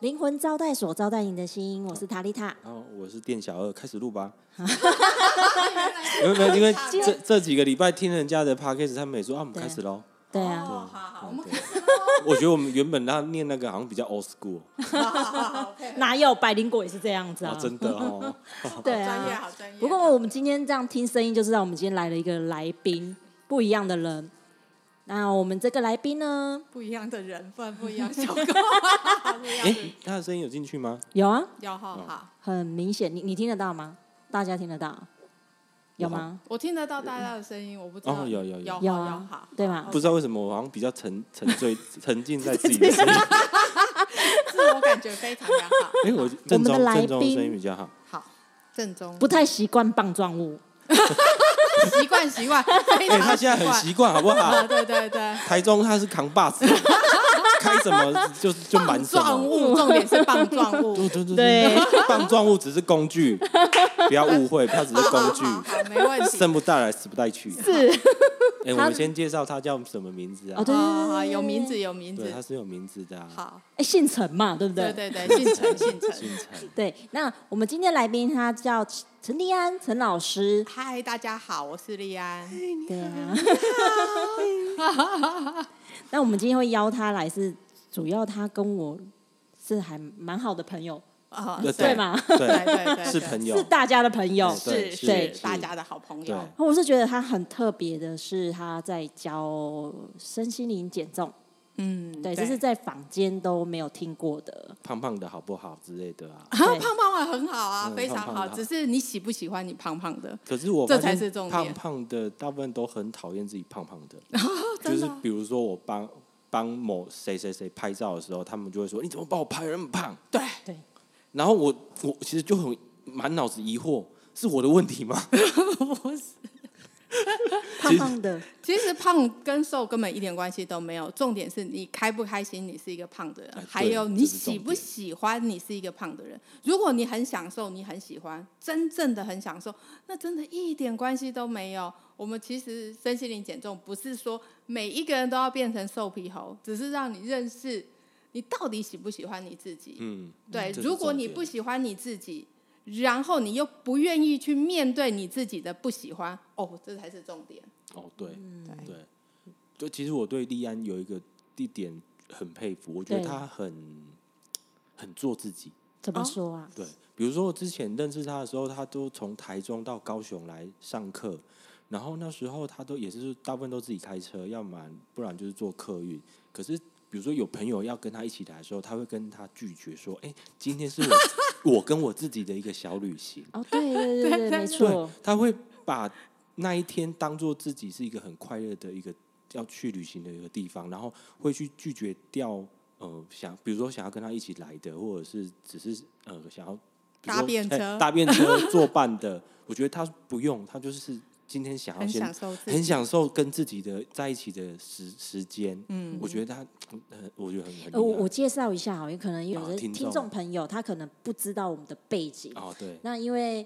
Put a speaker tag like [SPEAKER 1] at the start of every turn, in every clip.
[SPEAKER 1] 灵魂招待所招待你的心，我是塔丽塔。
[SPEAKER 2] 然后哦我是店小二，开始录吧。没有没有，因为这这几个礼拜听人家的 podcast，他们也说啊，我们开始喽。
[SPEAKER 1] 对
[SPEAKER 3] 哦，
[SPEAKER 1] 啊，
[SPEAKER 3] 好好，我们
[SPEAKER 2] 对
[SPEAKER 3] 开始
[SPEAKER 2] 我觉得我们原本他念那个好像比较 old school，
[SPEAKER 3] 好好 好，配合，
[SPEAKER 1] 哪有百灵果也是这样子啊？
[SPEAKER 2] 啊，真的哦。
[SPEAKER 1] 对
[SPEAKER 3] 专业
[SPEAKER 1] 啊。
[SPEAKER 3] 好专业。
[SPEAKER 1] 不过我们今天这样听声音，就知道我们今天来了一个来宾，不一样的人。那我们这个来宾呢，
[SPEAKER 3] 不一样的人，不然不一样效 果，不一样
[SPEAKER 2] 哎
[SPEAKER 3] 的人，
[SPEAKER 2] 他的声音有进去吗？
[SPEAKER 1] 有啊，
[SPEAKER 3] 有好好，
[SPEAKER 1] 很明显，你你听得到吗？大家听得到？有吗？
[SPEAKER 3] 我听得到大家的声音，我不知道
[SPEAKER 2] 哦有有有
[SPEAKER 3] 嗯有
[SPEAKER 1] 有
[SPEAKER 3] 好有
[SPEAKER 1] 啊
[SPEAKER 3] 好，
[SPEAKER 1] 对吧？
[SPEAKER 2] 不知道为什么，我好像比较沉沉醉 沉浸在自己的声音。
[SPEAKER 3] 自我感觉非常良好，
[SPEAKER 2] 哎，
[SPEAKER 1] 我
[SPEAKER 2] 我正宗
[SPEAKER 1] 们的来宾
[SPEAKER 2] 正宗的声音比较好。
[SPEAKER 3] 好正宗，
[SPEAKER 1] 不太习惯棒状物，
[SPEAKER 3] 习惯习 惯，非
[SPEAKER 2] 哎，
[SPEAKER 3] 常
[SPEAKER 2] 他现在很习
[SPEAKER 3] 习
[SPEAKER 2] 惯，好不
[SPEAKER 3] 惯啊，
[SPEAKER 2] 好？
[SPEAKER 3] 对对对，
[SPEAKER 2] 台中他是扛把子， 开什么就就满
[SPEAKER 3] 棒
[SPEAKER 2] 什
[SPEAKER 3] 状
[SPEAKER 2] 么。
[SPEAKER 3] 物，重点是棒状 物，
[SPEAKER 2] 对对对
[SPEAKER 1] 对，
[SPEAKER 2] 棒状物只是工具，不要误会，它只是工具，
[SPEAKER 3] 好，好没问 题，
[SPEAKER 2] 生不带来，死不带去。
[SPEAKER 1] 是
[SPEAKER 2] 哎，我们先介绍他叫什么名字啊
[SPEAKER 1] 哦，？对
[SPEAKER 3] 好好，有
[SPEAKER 1] 对
[SPEAKER 3] 名。
[SPEAKER 1] 对对
[SPEAKER 3] 字有名
[SPEAKER 2] 对，他
[SPEAKER 3] 字，
[SPEAKER 2] 是有名字的啊。
[SPEAKER 3] 好，
[SPEAKER 1] 哎，姓陈嘛，对不
[SPEAKER 3] 对
[SPEAKER 1] 对？
[SPEAKER 3] 对对，姓 陈姓陈，
[SPEAKER 2] 姓陈，
[SPEAKER 1] 对那我们今天来宾他叫陈陈立安，陈老师。
[SPEAKER 3] 嗨，大家好，我是丽安，
[SPEAKER 1] 对 啊。那我们今天会邀他来是，主要他跟我是还蛮好的朋友，
[SPEAKER 3] 啊
[SPEAKER 2] 对
[SPEAKER 1] 对吗？
[SPEAKER 3] 对
[SPEAKER 2] 对，
[SPEAKER 3] 对对，
[SPEAKER 2] 是
[SPEAKER 3] 对
[SPEAKER 2] 朋友哎
[SPEAKER 1] 是，大家的朋友。
[SPEAKER 2] 对
[SPEAKER 3] 是
[SPEAKER 1] 对
[SPEAKER 3] 是大家的好朋友
[SPEAKER 2] 对。
[SPEAKER 1] 我是觉得他很特别的是，他在教身心灵减重，
[SPEAKER 3] 嗯，
[SPEAKER 1] 对，这是在坊间都没有听过的。
[SPEAKER 2] 胖胖的好不好之类的啊。
[SPEAKER 3] 啊，
[SPEAKER 1] 对
[SPEAKER 3] 胖胖的很好啊，
[SPEAKER 2] 嗯
[SPEAKER 3] 非常
[SPEAKER 2] 胖胖
[SPEAKER 3] 好。
[SPEAKER 2] 的
[SPEAKER 3] 只是你喜不喜欢你胖胖的？
[SPEAKER 2] 可是我
[SPEAKER 3] 这
[SPEAKER 2] 发现
[SPEAKER 3] 才是重点
[SPEAKER 2] 胖胖的大部分都很讨厌自己胖胖的，就是比如说我帮帮某谁谁谁拍照的时候，他们就会说你怎么把我拍得那么胖？
[SPEAKER 3] 对，
[SPEAKER 2] 然后我我其实就很满脑子疑惑，是我的问题吗？
[SPEAKER 1] 胖胖的，
[SPEAKER 3] 其实胖跟瘦根本一点关系都没有，重点是你开不开心，你是一个胖的人，
[SPEAKER 2] 哎对
[SPEAKER 3] 还有
[SPEAKER 2] 这
[SPEAKER 3] 你
[SPEAKER 2] 是重
[SPEAKER 3] 喜
[SPEAKER 2] 点
[SPEAKER 3] 不喜欢你是一个胖的人。如果你很享受，你很喜欢，真正的很享受，那真的一点关系都没有。我们其实身心灵减重不是说每一个人都要变成瘦皮猴，只是让你认识你到底喜不喜欢你自己。
[SPEAKER 2] 嗯，
[SPEAKER 3] 对，
[SPEAKER 2] 这是
[SPEAKER 3] 如果
[SPEAKER 2] 重
[SPEAKER 3] 你
[SPEAKER 2] 点
[SPEAKER 3] 不喜欢你自己，然后你又不愿意去面对你自己的不喜欢，哦，这才是重点。
[SPEAKER 2] 哦，对，
[SPEAKER 3] 对，
[SPEAKER 1] 哎
[SPEAKER 2] 对，就其实我对利安有一个地点很佩服，我觉得
[SPEAKER 1] 对
[SPEAKER 2] 他很很做自己。
[SPEAKER 1] 怎么说 啊？
[SPEAKER 2] 对，比如说我之前认识他的时候，他都从台中到高雄来上课，然后那时候他都也是大部分都自己开车，要么不然就是坐客运。可是比如说有朋友要跟他一起来的时候，他会跟他拒绝说：“哎、今天是我 我跟我自己的一个小旅行。
[SPEAKER 1] 哦，对对对对，没”
[SPEAKER 2] 对
[SPEAKER 1] 错，，
[SPEAKER 2] 他会把那一天当做自己是一个很快乐的一个要去旅行的一个地方，然后会去拒绝掉。呃，想比如说想要跟他一起来的，或者是只是呃想要比如说
[SPEAKER 3] 搭便
[SPEAKER 2] 哎
[SPEAKER 3] 车
[SPEAKER 2] 搭便车作伴的，我觉得他不用，他就是今天想要
[SPEAKER 3] 很
[SPEAKER 2] 先
[SPEAKER 3] 享受自
[SPEAKER 2] 很
[SPEAKER 3] 己。
[SPEAKER 2] 享受跟自己的在一起的时时间。
[SPEAKER 3] 嗯，
[SPEAKER 2] 我觉得他，呃，我觉得很很厉害。
[SPEAKER 1] 呃，我我介绍一下哈，有可能有
[SPEAKER 2] 啊
[SPEAKER 1] 的
[SPEAKER 2] 听
[SPEAKER 1] 听众
[SPEAKER 2] 众
[SPEAKER 1] 朋友他可能不知道我们的背景，
[SPEAKER 2] 哦，对，
[SPEAKER 1] 那因为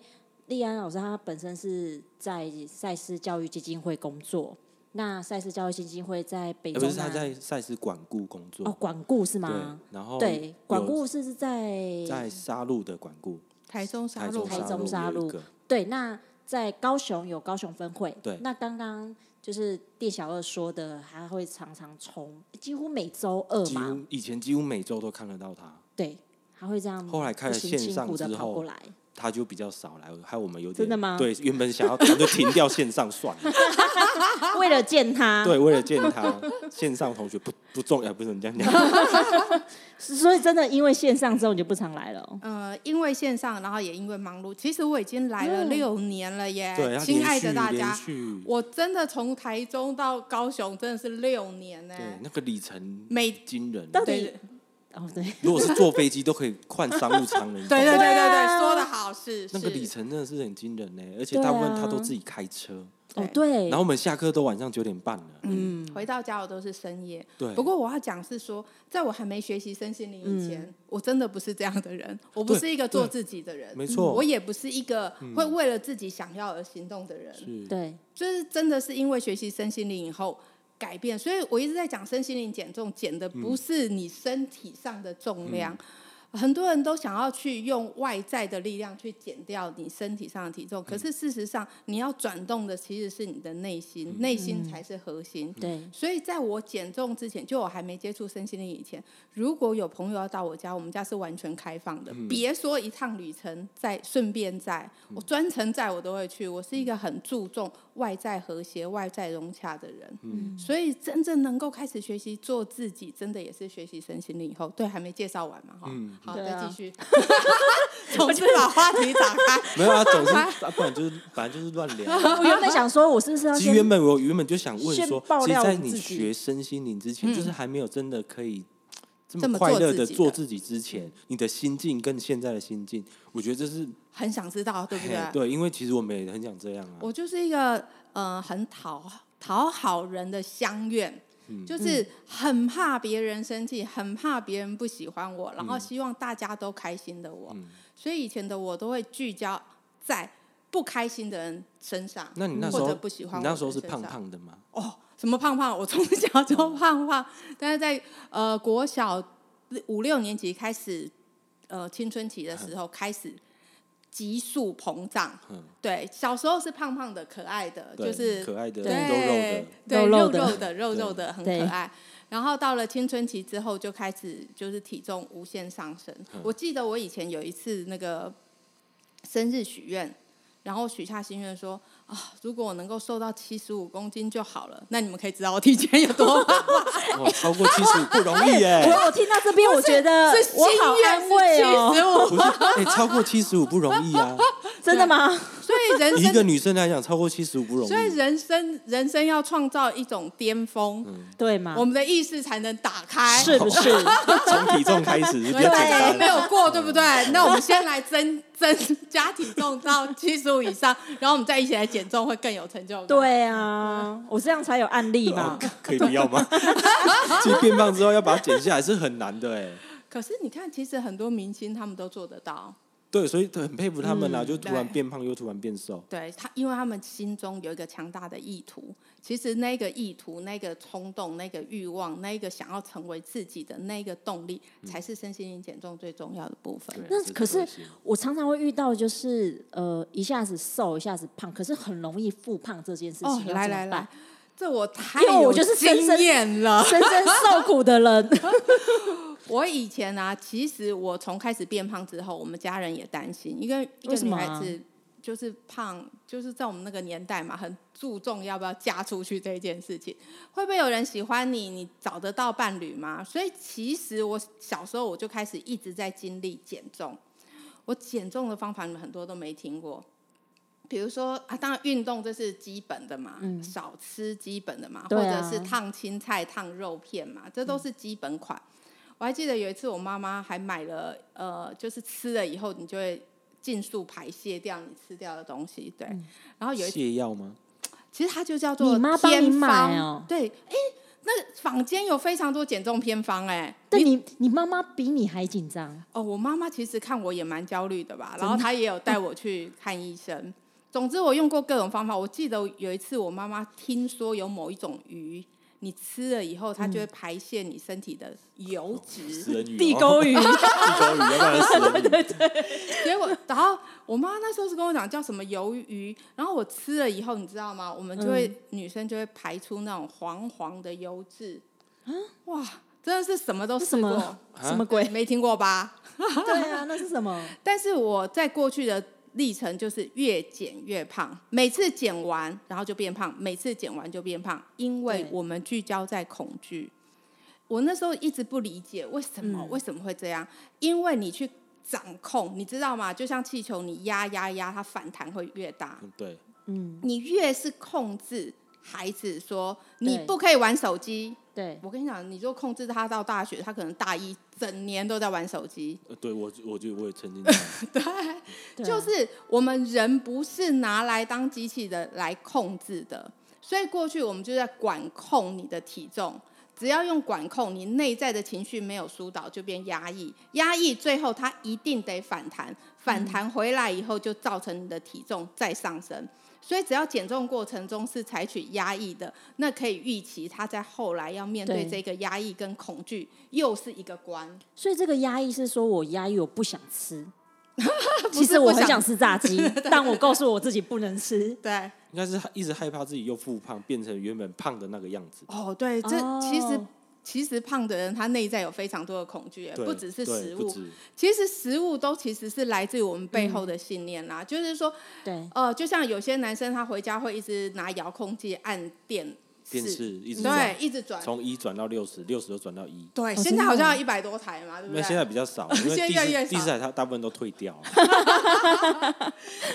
[SPEAKER 1] 丽安老师她本身是在赛事教育基金会工作，那赛事教育基金会在北
[SPEAKER 2] 呃
[SPEAKER 1] 中
[SPEAKER 2] 不是
[SPEAKER 1] 南
[SPEAKER 2] 他在赛事管顾工作，
[SPEAKER 1] 哦管顾是
[SPEAKER 2] 对
[SPEAKER 1] 吗？，
[SPEAKER 2] 然后
[SPEAKER 1] 对，管
[SPEAKER 2] 有
[SPEAKER 1] 顾是是在
[SPEAKER 2] 在沙鹿的管顾，
[SPEAKER 3] 台中沙
[SPEAKER 2] 台
[SPEAKER 3] 鹿
[SPEAKER 2] 中
[SPEAKER 1] 台
[SPEAKER 3] 吧，
[SPEAKER 1] 中沙
[SPEAKER 2] 有
[SPEAKER 1] 鹿
[SPEAKER 2] 一个
[SPEAKER 1] 对，那在高雄有高雄分会，
[SPEAKER 2] 对
[SPEAKER 1] 那刚刚就是店小二说的，他会常常冲，几乎每周二
[SPEAKER 2] 几
[SPEAKER 1] 嘛，
[SPEAKER 2] 乎以前几乎每周都看得到他，
[SPEAKER 1] 对，他会这样，
[SPEAKER 2] 后来开了线
[SPEAKER 1] 辛
[SPEAKER 2] 上
[SPEAKER 1] 苦的
[SPEAKER 2] 之
[SPEAKER 1] 跑
[SPEAKER 2] 后
[SPEAKER 1] 过来，
[SPEAKER 2] 他就比较少来，害我们有点
[SPEAKER 1] 真的吗
[SPEAKER 2] 对，原本想要他就停掉线上算了。
[SPEAKER 1] 为了见他，
[SPEAKER 2] 对，为了见他，线上同学不不重要，不是你这样讲。
[SPEAKER 1] 所以真的因为线上之后你就不常来了哦、
[SPEAKER 3] 呃，因为线上，然后也因为忙碌，其实我已经来了
[SPEAKER 1] 嗯
[SPEAKER 3] 六年了耶
[SPEAKER 2] 对，，他
[SPEAKER 3] 亲
[SPEAKER 2] 连
[SPEAKER 3] 爱
[SPEAKER 2] 续
[SPEAKER 3] 的大
[SPEAKER 2] 连
[SPEAKER 3] 家，
[SPEAKER 2] 续
[SPEAKER 3] 我真的从台中到高雄真的是六年呢。
[SPEAKER 2] 对那个里程
[SPEAKER 3] 每
[SPEAKER 2] 惊人。
[SPEAKER 1] 到
[SPEAKER 3] 对
[SPEAKER 1] 底哦对，
[SPEAKER 2] 如果是坐飞机都可以换商务舱了，你懂
[SPEAKER 3] 对
[SPEAKER 2] 吗
[SPEAKER 3] 对对
[SPEAKER 1] 对
[SPEAKER 3] 对
[SPEAKER 1] 啊
[SPEAKER 3] 对，说的好是
[SPEAKER 2] 那个里
[SPEAKER 3] 是，
[SPEAKER 2] 程真的是很惊人呢，而且
[SPEAKER 1] 对啊
[SPEAKER 2] 大部分他都自己开车，
[SPEAKER 1] 哦对，
[SPEAKER 2] 然后我们下课都晚上九点半了。
[SPEAKER 1] 嗯，
[SPEAKER 3] 回到家我都是深夜，
[SPEAKER 2] 对，
[SPEAKER 3] 不过我要讲是说，在我还没学习身心灵以前，我真的不是这样的人，我不
[SPEAKER 2] 嗯对
[SPEAKER 3] 是一个做自己的人，嗯
[SPEAKER 2] 没错嗯
[SPEAKER 3] 我也不是一个会为了自己想要而行动的人。
[SPEAKER 2] 是
[SPEAKER 1] 对，
[SPEAKER 3] 就是真的是因为学习身心灵以后改变，
[SPEAKER 2] 嗯
[SPEAKER 3] 所以我一直在讲身心灵减重，减的不是你身体上的重量。很多人都想要去用外在的力量去减掉你身体上的体
[SPEAKER 2] 嗯
[SPEAKER 3] 重，可是事实上你要转动的其实是你的内心，
[SPEAKER 2] 嗯
[SPEAKER 3] 内心才是核心。
[SPEAKER 1] 对，
[SPEAKER 3] 所以在我减重之前，就我还没接触身心灵以前，如果有朋友要到我家，我们家是完全开放的，别说一趟旅程，在顺便在，我专程在我都会去。我是一个很注重外在和谐、外在融洽的人，所以真正能够开始学习做自己，真的也是学习身心灵以后。对，还没介绍完嘛，哈、好，
[SPEAKER 1] 对
[SPEAKER 3] 再
[SPEAKER 1] 啊
[SPEAKER 3] 继续， 总是把话题打开。
[SPEAKER 2] 没有啊，总是啊，不然就是反正就是乱 聊。啊
[SPEAKER 3] 哎
[SPEAKER 1] 我原
[SPEAKER 3] 啊
[SPEAKER 1] 本想说，我是不是要
[SPEAKER 2] 其实
[SPEAKER 1] 先
[SPEAKER 2] 原本我原本就想问
[SPEAKER 1] 先
[SPEAKER 2] 说，
[SPEAKER 1] 爆
[SPEAKER 2] 其实，
[SPEAKER 1] 料
[SPEAKER 2] 在
[SPEAKER 1] 我
[SPEAKER 2] 你
[SPEAKER 1] 自己
[SPEAKER 2] 学身心灵之前，就是还没有真的可以这
[SPEAKER 3] 嗯这
[SPEAKER 2] 么
[SPEAKER 3] 么
[SPEAKER 2] 快
[SPEAKER 3] 做
[SPEAKER 2] 乐
[SPEAKER 3] 自
[SPEAKER 2] 的
[SPEAKER 3] 己
[SPEAKER 2] 做
[SPEAKER 3] 的
[SPEAKER 2] 自己之前，你的心境跟现在的心境，我觉得这是
[SPEAKER 3] 很想知道，对不对
[SPEAKER 2] 嘿？对，因为其实我们也很想这样啊。
[SPEAKER 3] 我就是一个呃很讨讨好人的乡愿，
[SPEAKER 2] 嗯
[SPEAKER 3] 就是很怕别人生气，很怕别人不喜欢我，
[SPEAKER 2] 嗯
[SPEAKER 3] 然后希望大家都开心的我。所以以前的我都会聚焦在不开心的人身上，
[SPEAKER 2] 那你那时
[SPEAKER 3] 或
[SPEAKER 2] 候，
[SPEAKER 3] 者不喜欢
[SPEAKER 2] 你
[SPEAKER 3] 我
[SPEAKER 2] 那
[SPEAKER 3] 的
[SPEAKER 2] 时候是
[SPEAKER 3] 人身
[SPEAKER 2] 胖
[SPEAKER 3] 上
[SPEAKER 2] 胖的吗？
[SPEAKER 3] 哦，什么胖胖，我从小就
[SPEAKER 2] 哦
[SPEAKER 3] 胖胖，但是在呃国小五六年级开始，呃青春期的时候开始急速膨胀。
[SPEAKER 2] 嗯
[SPEAKER 3] 对，小时候是胖胖的、可爱的，
[SPEAKER 2] 对，
[SPEAKER 3] 就是
[SPEAKER 2] 可爱的，
[SPEAKER 1] 对
[SPEAKER 2] 肉肉的
[SPEAKER 3] 对， 对
[SPEAKER 1] 肉肉
[SPEAKER 3] 肉
[SPEAKER 1] 的
[SPEAKER 3] 肉的、肉肉的，很
[SPEAKER 1] 对
[SPEAKER 3] 可爱。然后到了青春期之后，就开始就是体重无限上升。
[SPEAKER 2] 嗯
[SPEAKER 3] 我记得我以前有一次那个生日许愿，然后许下心愿说啊，如果我能够瘦到七十五公斤就好了。那你们可以知道我体检有 多胖，
[SPEAKER 2] 哇，超过七十五不容易耶、
[SPEAKER 1] 我我听到这边，我觉得
[SPEAKER 3] 是心
[SPEAKER 1] 我好安慰
[SPEAKER 3] 愿是七
[SPEAKER 1] 哦，
[SPEAKER 3] 十五。
[SPEAKER 2] 不是，哎、超过七十五不容易 啊！
[SPEAKER 1] 真的吗？
[SPEAKER 3] 所以人
[SPEAKER 2] 以一个
[SPEAKER 3] 生，
[SPEAKER 2] 女生来讲，超过七十五不容
[SPEAKER 3] 所以
[SPEAKER 2] 易。
[SPEAKER 3] 人生，人生要创造一种巅峰，
[SPEAKER 2] 嗯
[SPEAKER 1] 对吗
[SPEAKER 3] 我？们的意识才能打开。
[SPEAKER 1] 是不是？
[SPEAKER 2] 从体重开 始是比较简
[SPEAKER 3] 对，
[SPEAKER 2] 单
[SPEAKER 3] 没
[SPEAKER 2] 的。
[SPEAKER 3] 有过，对不对？那我们先来增增加体重到七十五以上，然后我们再一起来减重，会更有成就感。，
[SPEAKER 1] 对啊，我这样才有案例嘛
[SPEAKER 2] 哦。 可以不要 吗？其实变胖之后要把它减下来是很难的哎、
[SPEAKER 3] 可是你看，其实很多明星他们都做得到，
[SPEAKER 2] 对，所以很佩服他们啦、啊
[SPEAKER 3] 嗯
[SPEAKER 2] 就突然
[SPEAKER 3] 对
[SPEAKER 2] 变胖又突然变瘦。
[SPEAKER 3] 对他，因为他们心中有一个强大的意图。其实那个意图、那个冲动、那个欲望、那个想要成为自己的那个动力，才是身心灵减重最重要的部分。
[SPEAKER 2] 对
[SPEAKER 1] 那
[SPEAKER 2] 这
[SPEAKER 1] 可是
[SPEAKER 2] 核心
[SPEAKER 1] 我常常会遇到，就是呃，一下子瘦，一下子胖，可是很容易复胖这件事情。
[SPEAKER 3] 哦
[SPEAKER 1] 要，怎
[SPEAKER 3] 来
[SPEAKER 1] 么
[SPEAKER 3] 来来
[SPEAKER 1] 办，，
[SPEAKER 3] 这我太
[SPEAKER 1] 因为我
[SPEAKER 3] 有
[SPEAKER 1] 就是深
[SPEAKER 3] 经
[SPEAKER 1] 深
[SPEAKER 3] 验了。
[SPEAKER 1] 深深受苦的人，
[SPEAKER 3] 我以前啊，其实我从开始变胖之后，我们家人也担心，因为一个
[SPEAKER 1] 为什
[SPEAKER 3] 女
[SPEAKER 1] 么
[SPEAKER 3] 孩
[SPEAKER 1] 啊
[SPEAKER 3] 子就是胖，就是在我们那个年代嘛，很注重要不要嫁出去这一件事情，会不会有人喜欢你？你找得到伴侣吗？所以其实我小时候我就开始一直在经历减重，我减重的方法你们很多都没听过。比如说啊，当然运动这是基本的嘛，少吃基本的嘛，
[SPEAKER 1] 嗯对
[SPEAKER 3] 或
[SPEAKER 1] 啊
[SPEAKER 3] 者是烫青菜、烫肉片嘛，这都是基本
[SPEAKER 1] 嗯
[SPEAKER 3] 款。我还记得有一次，我妈妈还买了，呃，就是吃了以后，你就会尽速排泄掉你吃掉的东西，对。然后有一次，
[SPEAKER 2] 泻药吗？
[SPEAKER 3] 其实它就叫
[SPEAKER 1] 嗯
[SPEAKER 3] 做
[SPEAKER 1] 你妈帮你
[SPEAKER 3] 偏
[SPEAKER 1] 买
[SPEAKER 3] 方，
[SPEAKER 1] 哦
[SPEAKER 3] 对，哎，那个坊间有非常多减重偏方、哎，
[SPEAKER 1] 但你你妈妈比你还紧张，
[SPEAKER 3] 哦，我妈妈其实看我也蛮焦虑的吧，然后她也有带我去看医生。总之，我用过各种方法。我记得有一次，我妈妈听说有某一种鱼，你吃了以后，它
[SPEAKER 1] 嗯
[SPEAKER 3] 就会排泄你身体的油脂。
[SPEAKER 2] 食人鱼、哦，
[SPEAKER 1] 地沟鱼，
[SPEAKER 2] 地沟鱼，要不然食 人鱼。
[SPEAKER 3] 结果， 然后我妈那时候是跟我讲叫什么鱿鱼，然后我吃了以后，你知道吗？我们就
[SPEAKER 1] 嗯
[SPEAKER 3] 会、女生就会排出那种黄黄的油脂，哇，真的是什么都
[SPEAKER 1] 啊这什
[SPEAKER 3] 试
[SPEAKER 1] 么
[SPEAKER 3] 过，
[SPEAKER 1] 什么
[SPEAKER 3] 对，
[SPEAKER 1] 鬼？
[SPEAKER 3] 没听过吧？
[SPEAKER 1] 对啊，那是什么？
[SPEAKER 3] 但是我在过去的历程就是越减越胖，每次减完然后就变胖，每次减完就变胖，因为
[SPEAKER 1] 对
[SPEAKER 3] 我们聚焦在恐惧。我那时候一直不理解为什
[SPEAKER 1] 嗯
[SPEAKER 3] 么、为什么会这样，因为你去掌控，你知道吗？就像气球，你压压压，它反弹会越大。
[SPEAKER 2] 嗯对，
[SPEAKER 3] 你越是控制孩子说你
[SPEAKER 1] 对
[SPEAKER 3] 不可以玩手机，
[SPEAKER 1] 对，
[SPEAKER 3] 我跟你讲，你就控制他到大学，他可能大一整年都在玩手机。
[SPEAKER 2] 呃对我我觉得我也曾经这样。
[SPEAKER 1] 对啊
[SPEAKER 3] 就是我们人不是拿来当机器的来控制的，所以过去我们就在管控你的体重。只要用管控，你内在的情绪没有疏导，就变压抑，压抑最后它一定得反弹，反弹回来以后就造成你的体重再上升。所以只要减重过程中是采取压抑的，那可以预期他在后来要面对
[SPEAKER 1] 对
[SPEAKER 3] 这个压抑跟恐惧，又是一个关。
[SPEAKER 1] 所以这个压抑是说我压抑，我不想吃。
[SPEAKER 3] 不
[SPEAKER 1] 其
[SPEAKER 3] 是
[SPEAKER 1] 实我
[SPEAKER 3] 不
[SPEAKER 1] 很想
[SPEAKER 3] 想
[SPEAKER 1] 吃炸鸡， 但我告诉我自己不能 吃。
[SPEAKER 3] 对，
[SPEAKER 2] 应该是一直害怕自己又复胖，变成原本胖的那个样子。
[SPEAKER 3] 哦，对，这其实、
[SPEAKER 1] 哦
[SPEAKER 3] 其实胖的人他内在有非常多的恐惧，
[SPEAKER 2] 对，
[SPEAKER 3] 不只是
[SPEAKER 2] 对
[SPEAKER 3] 食
[SPEAKER 2] 不
[SPEAKER 3] 物，
[SPEAKER 2] 止
[SPEAKER 3] 其实食物都其实是来自于我们背
[SPEAKER 1] 嗯
[SPEAKER 3] 后的信念啦。就是说，
[SPEAKER 1] 对，
[SPEAKER 3] 呃，就像有些男生他回家会一直拿遥控器按电
[SPEAKER 2] 电视一直
[SPEAKER 3] 对
[SPEAKER 2] 转，，
[SPEAKER 3] 一直转。
[SPEAKER 2] 从一转到六十，六十又转到一。
[SPEAKER 3] 对，
[SPEAKER 1] 哦
[SPEAKER 3] 现
[SPEAKER 1] 真
[SPEAKER 3] 在
[SPEAKER 1] 的
[SPEAKER 3] 好像
[SPEAKER 1] 哦
[SPEAKER 3] 要一百多台嘛，对不
[SPEAKER 2] 那
[SPEAKER 3] 对？
[SPEAKER 2] 现在比较少，因
[SPEAKER 3] 现在
[SPEAKER 2] 为第
[SPEAKER 3] 越来越
[SPEAKER 2] 四
[SPEAKER 3] 少
[SPEAKER 2] 第四台它大部分都退掉啊 了，